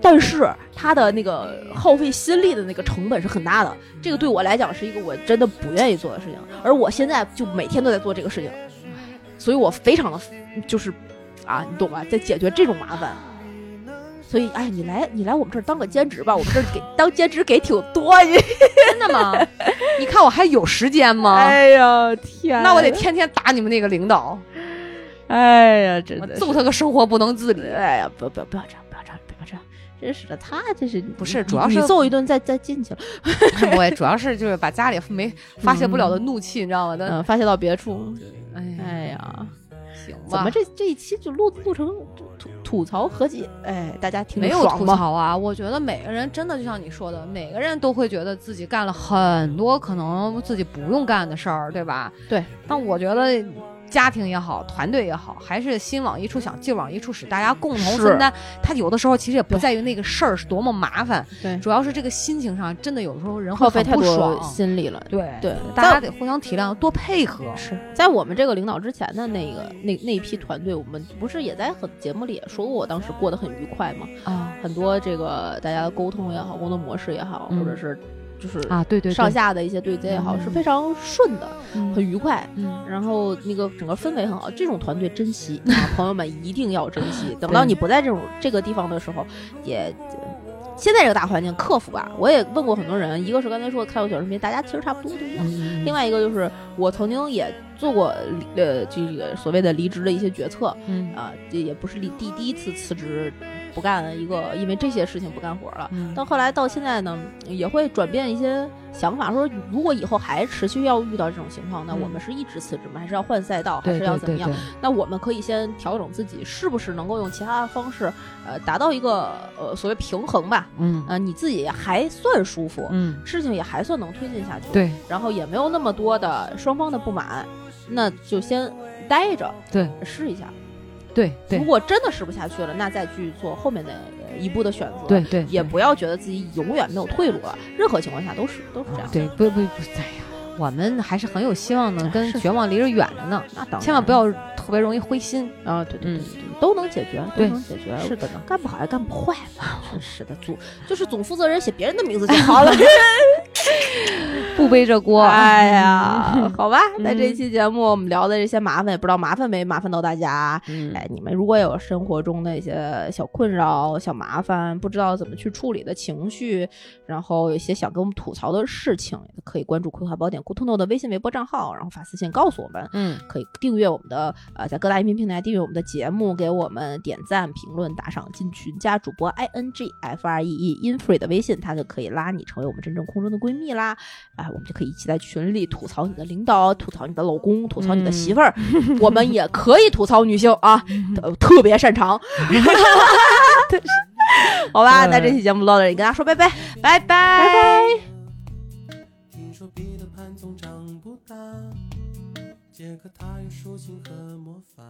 [SPEAKER 2] 但是它的那个耗费心力的那个成本是很大的。这个对我来讲是一个我真的不愿意做的事情，而我现在就每天都在做这个事情，所以我非常的就是啊，你懂吧，在解决这种麻烦。所以，哎，你来，你来我们这儿当个兼职吧，我们这儿给当兼职给挺多。你
[SPEAKER 1] 真的吗？ <laughs> 你看我还有时间吗？
[SPEAKER 2] 哎呀，天
[SPEAKER 1] 啊
[SPEAKER 2] 啊
[SPEAKER 1] 那我得天天打你们那个领导，
[SPEAKER 2] 哎呀，真
[SPEAKER 1] 我
[SPEAKER 2] 的
[SPEAKER 1] 揍他个生活不能自 <laughs> 理。
[SPEAKER 2] 哎呀，不不不要这样，不要这样，不要这样，真是的，他这是不
[SPEAKER 1] 是主要是
[SPEAKER 2] 你揍一顿再再进去了，
[SPEAKER 1] 不会，哎主要是就是把家里没发泄不了的怒气，你知道吗？都
[SPEAKER 2] 嗯，发泄到别处。
[SPEAKER 1] 哎
[SPEAKER 2] 哎呀，
[SPEAKER 1] 行吧，
[SPEAKER 2] 怎么这这一期就录录成吐吐吐槽合集？哎，大家听着
[SPEAKER 1] 没有
[SPEAKER 2] 爽
[SPEAKER 1] 吐
[SPEAKER 2] 吗？
[SPEAKER 1] 槽啊？我觉得每个人真的就像你说的，每个人都会觉得自己干了很多可能自己不用干的事儿，对吧？
[SPEAKER 2] 对。
[SPEAKER 1] 但我觉得家庭也好，团队也好，还是心往一处想，劲往一处使，大家共同
[SPEAKER 2] 是
[SPEAKER 1] 分担。它有的时候其实也不
[SPEAKER 2] 对
[SPEAKER 1] 在于那个事儿是多么麻烦，
[SPEAKER 2] 对
[SPEAKER 1] 主要是这个心情上，真的有的时候人会
[SPEAKER 2] 耗费
[SPEAKER 1] 很
[SPEAKER 2] 太
[SPEAKER 1] 不
[SPEAKER 2] 多
[SPEAKER 1] 爽。
[SPEAKER 2] 心力了。
[SPEAKER 1] 对
[SPEAKER 2] 对
[SPEAKER 1] 大家得互相体谅，多配合。
[SPEAKER 2] 是在我们这个领导之前的那个那那一批团队，我们不是也在很节目里也说过，我当时过得很愉快嘛。
[SPEAKER 1] 啊
[SPEAKER 2] 很多这个大家的沟通也好，工作模式也好，
[SPEAKER 1] 嗯
[SPEAKER 2] 或者是就是
[SPEAKER 1] 啊，对对对，
[SPEAKER 2] 上下的一些对接也好，
[SPEAKER 1] 嗯
[SPEAKER 2] 是非常顺的，
[SPEAKER 1] 嗯
[SPEAKER 2] 很愉快。
[SPEAKER 1] 嗯
[SPEAKER 2] 然后那个整个氛围很好，这种团队珍惜啊，朋友们一定要珍惜。等到你不在这种这个地方的时候，也现在这个大环境克服吧。我也问过很多人，一个是刚才说看过小视频，大家其实差不多都一样。
[SPEAKER 1] 嗯，外
[SPEAKER 2] 另外一个就是我曾经也做过呃这个所谓的离职的一些决策
[SPEAKER 1] 嗯
[SPEAKER 2] 啊，这也不是离第第一次辞职不干一个因为这些事情不干活了。
[SPEAKER 1] 嗯
[SPEAKER 2] 到后来到现在呢，也会转变一些想法，说如果以后还持续要遇到这种情况，那
[SPEAKER 1] 嗯
[SPEAKER 2] 我们是一直辞职吗？还是要换赛道？还
[SPEAKER 1] 对
[SPEAKER 2] 是
[SPEAKER 1] 对
[SPEAKER 2] 要怎么
[SPEAKER 1] 对
[SPEAKER 2] 样
[SPEAKER 1] 对？，
[SPEAKER 2] 那我们可以先调整自己，是不是能够用其他的方式，呃，达到一个呃所谓平衡吧？
[SPEAKER 1] 嗯
[SPEAKER 2] 呃，你自己还算舒服，
[SPEAKER 1] 嗯，
[SPEAKER 2] 事情也还算能推进下去，，
[SPEAKER 1] 对
[SPEAKER 2] 然后也没有那么多的双方的不满，那就先待着，
[SPEAKER 1] 对，
[SPEAKER 2] 试一下。
[SPEAKER 1] 对对
[SPEAKER 2] 如果真的试不下去了，那再去做后面的呃一步的选择。
[SPEAKER 1] 对对，
[SPEAKER 2] 也
[SPEAKER 1] 对
[SPEAKER 2] 不要觉得自己永远没有退路了，任何情况下都是都是这样。，
[SPEAKER 1] 对，不不不，哎呀，我们还是很有希望能
[SPEAKER 2] 哎
[SPEAKER 1] 跟
[SPEAKER 2] 是
[SPEAKER 1] 绝望离着远着呢，
[SPEAKER 2] 那当然
[SPEAKER 1] 千万不要特别容易灰心。
[SPEAKER 2] 啊！对对
[SPEAKER 1] 嗯
[SPEAKER 2] 对对，对都能解决，都
[SPEAKER 1] 对
[SPEAKER 2] 能解决。
[SPEAKER 1] 的呢，
[SPEAKER 2] 干不好也干不坏嘛，真是的，总啊 <laughs> 就是总负责人写别人的名字就好 <laughs> 了。
[SPEAKER 1] 不背这锅。
[SPEAKER 2] 哎呀，好吧，
[SPEAKER 1] 嗯
[SPEAKER 2] 那这期节目我们聊的这些麻烦，也不知道麻烦没麻烦到大家。
[SPEAKER 1] <laughs> 嗯，
[SPEAKER 2] 哎，你们如果有生活中的一些小困扰、小麻烦，不知道怎么去处理的情绪，然后有一些想跟我们吐槽的事情，也可以关注《葵花宝典》咕通豆的微信、微博账号，然后发私信告诉我们。
[SPEAKER 1] 嗯，
[SPEAKER 2] 可以订阅我们的呃，在各大音频平台订阅我们的节目，给我们点赞、评论、打赏、进群、加主播 i n g f r e e infree 的微信，他就可以拉你成为我们真正空中的闺蜜啦。啊、我们就可以一起在群里吐槽你的领导，吐槽你的老公，吐槽你的媳妇儿。 <laughs> 我们也可以吐槽女性啊，呃特别擅长。好吧，那这期节目到这里，跟大家说拜拜，拜拜，拜拜。
[SPEAKER 3] 总长不大。杰克他有竖琴和魔法。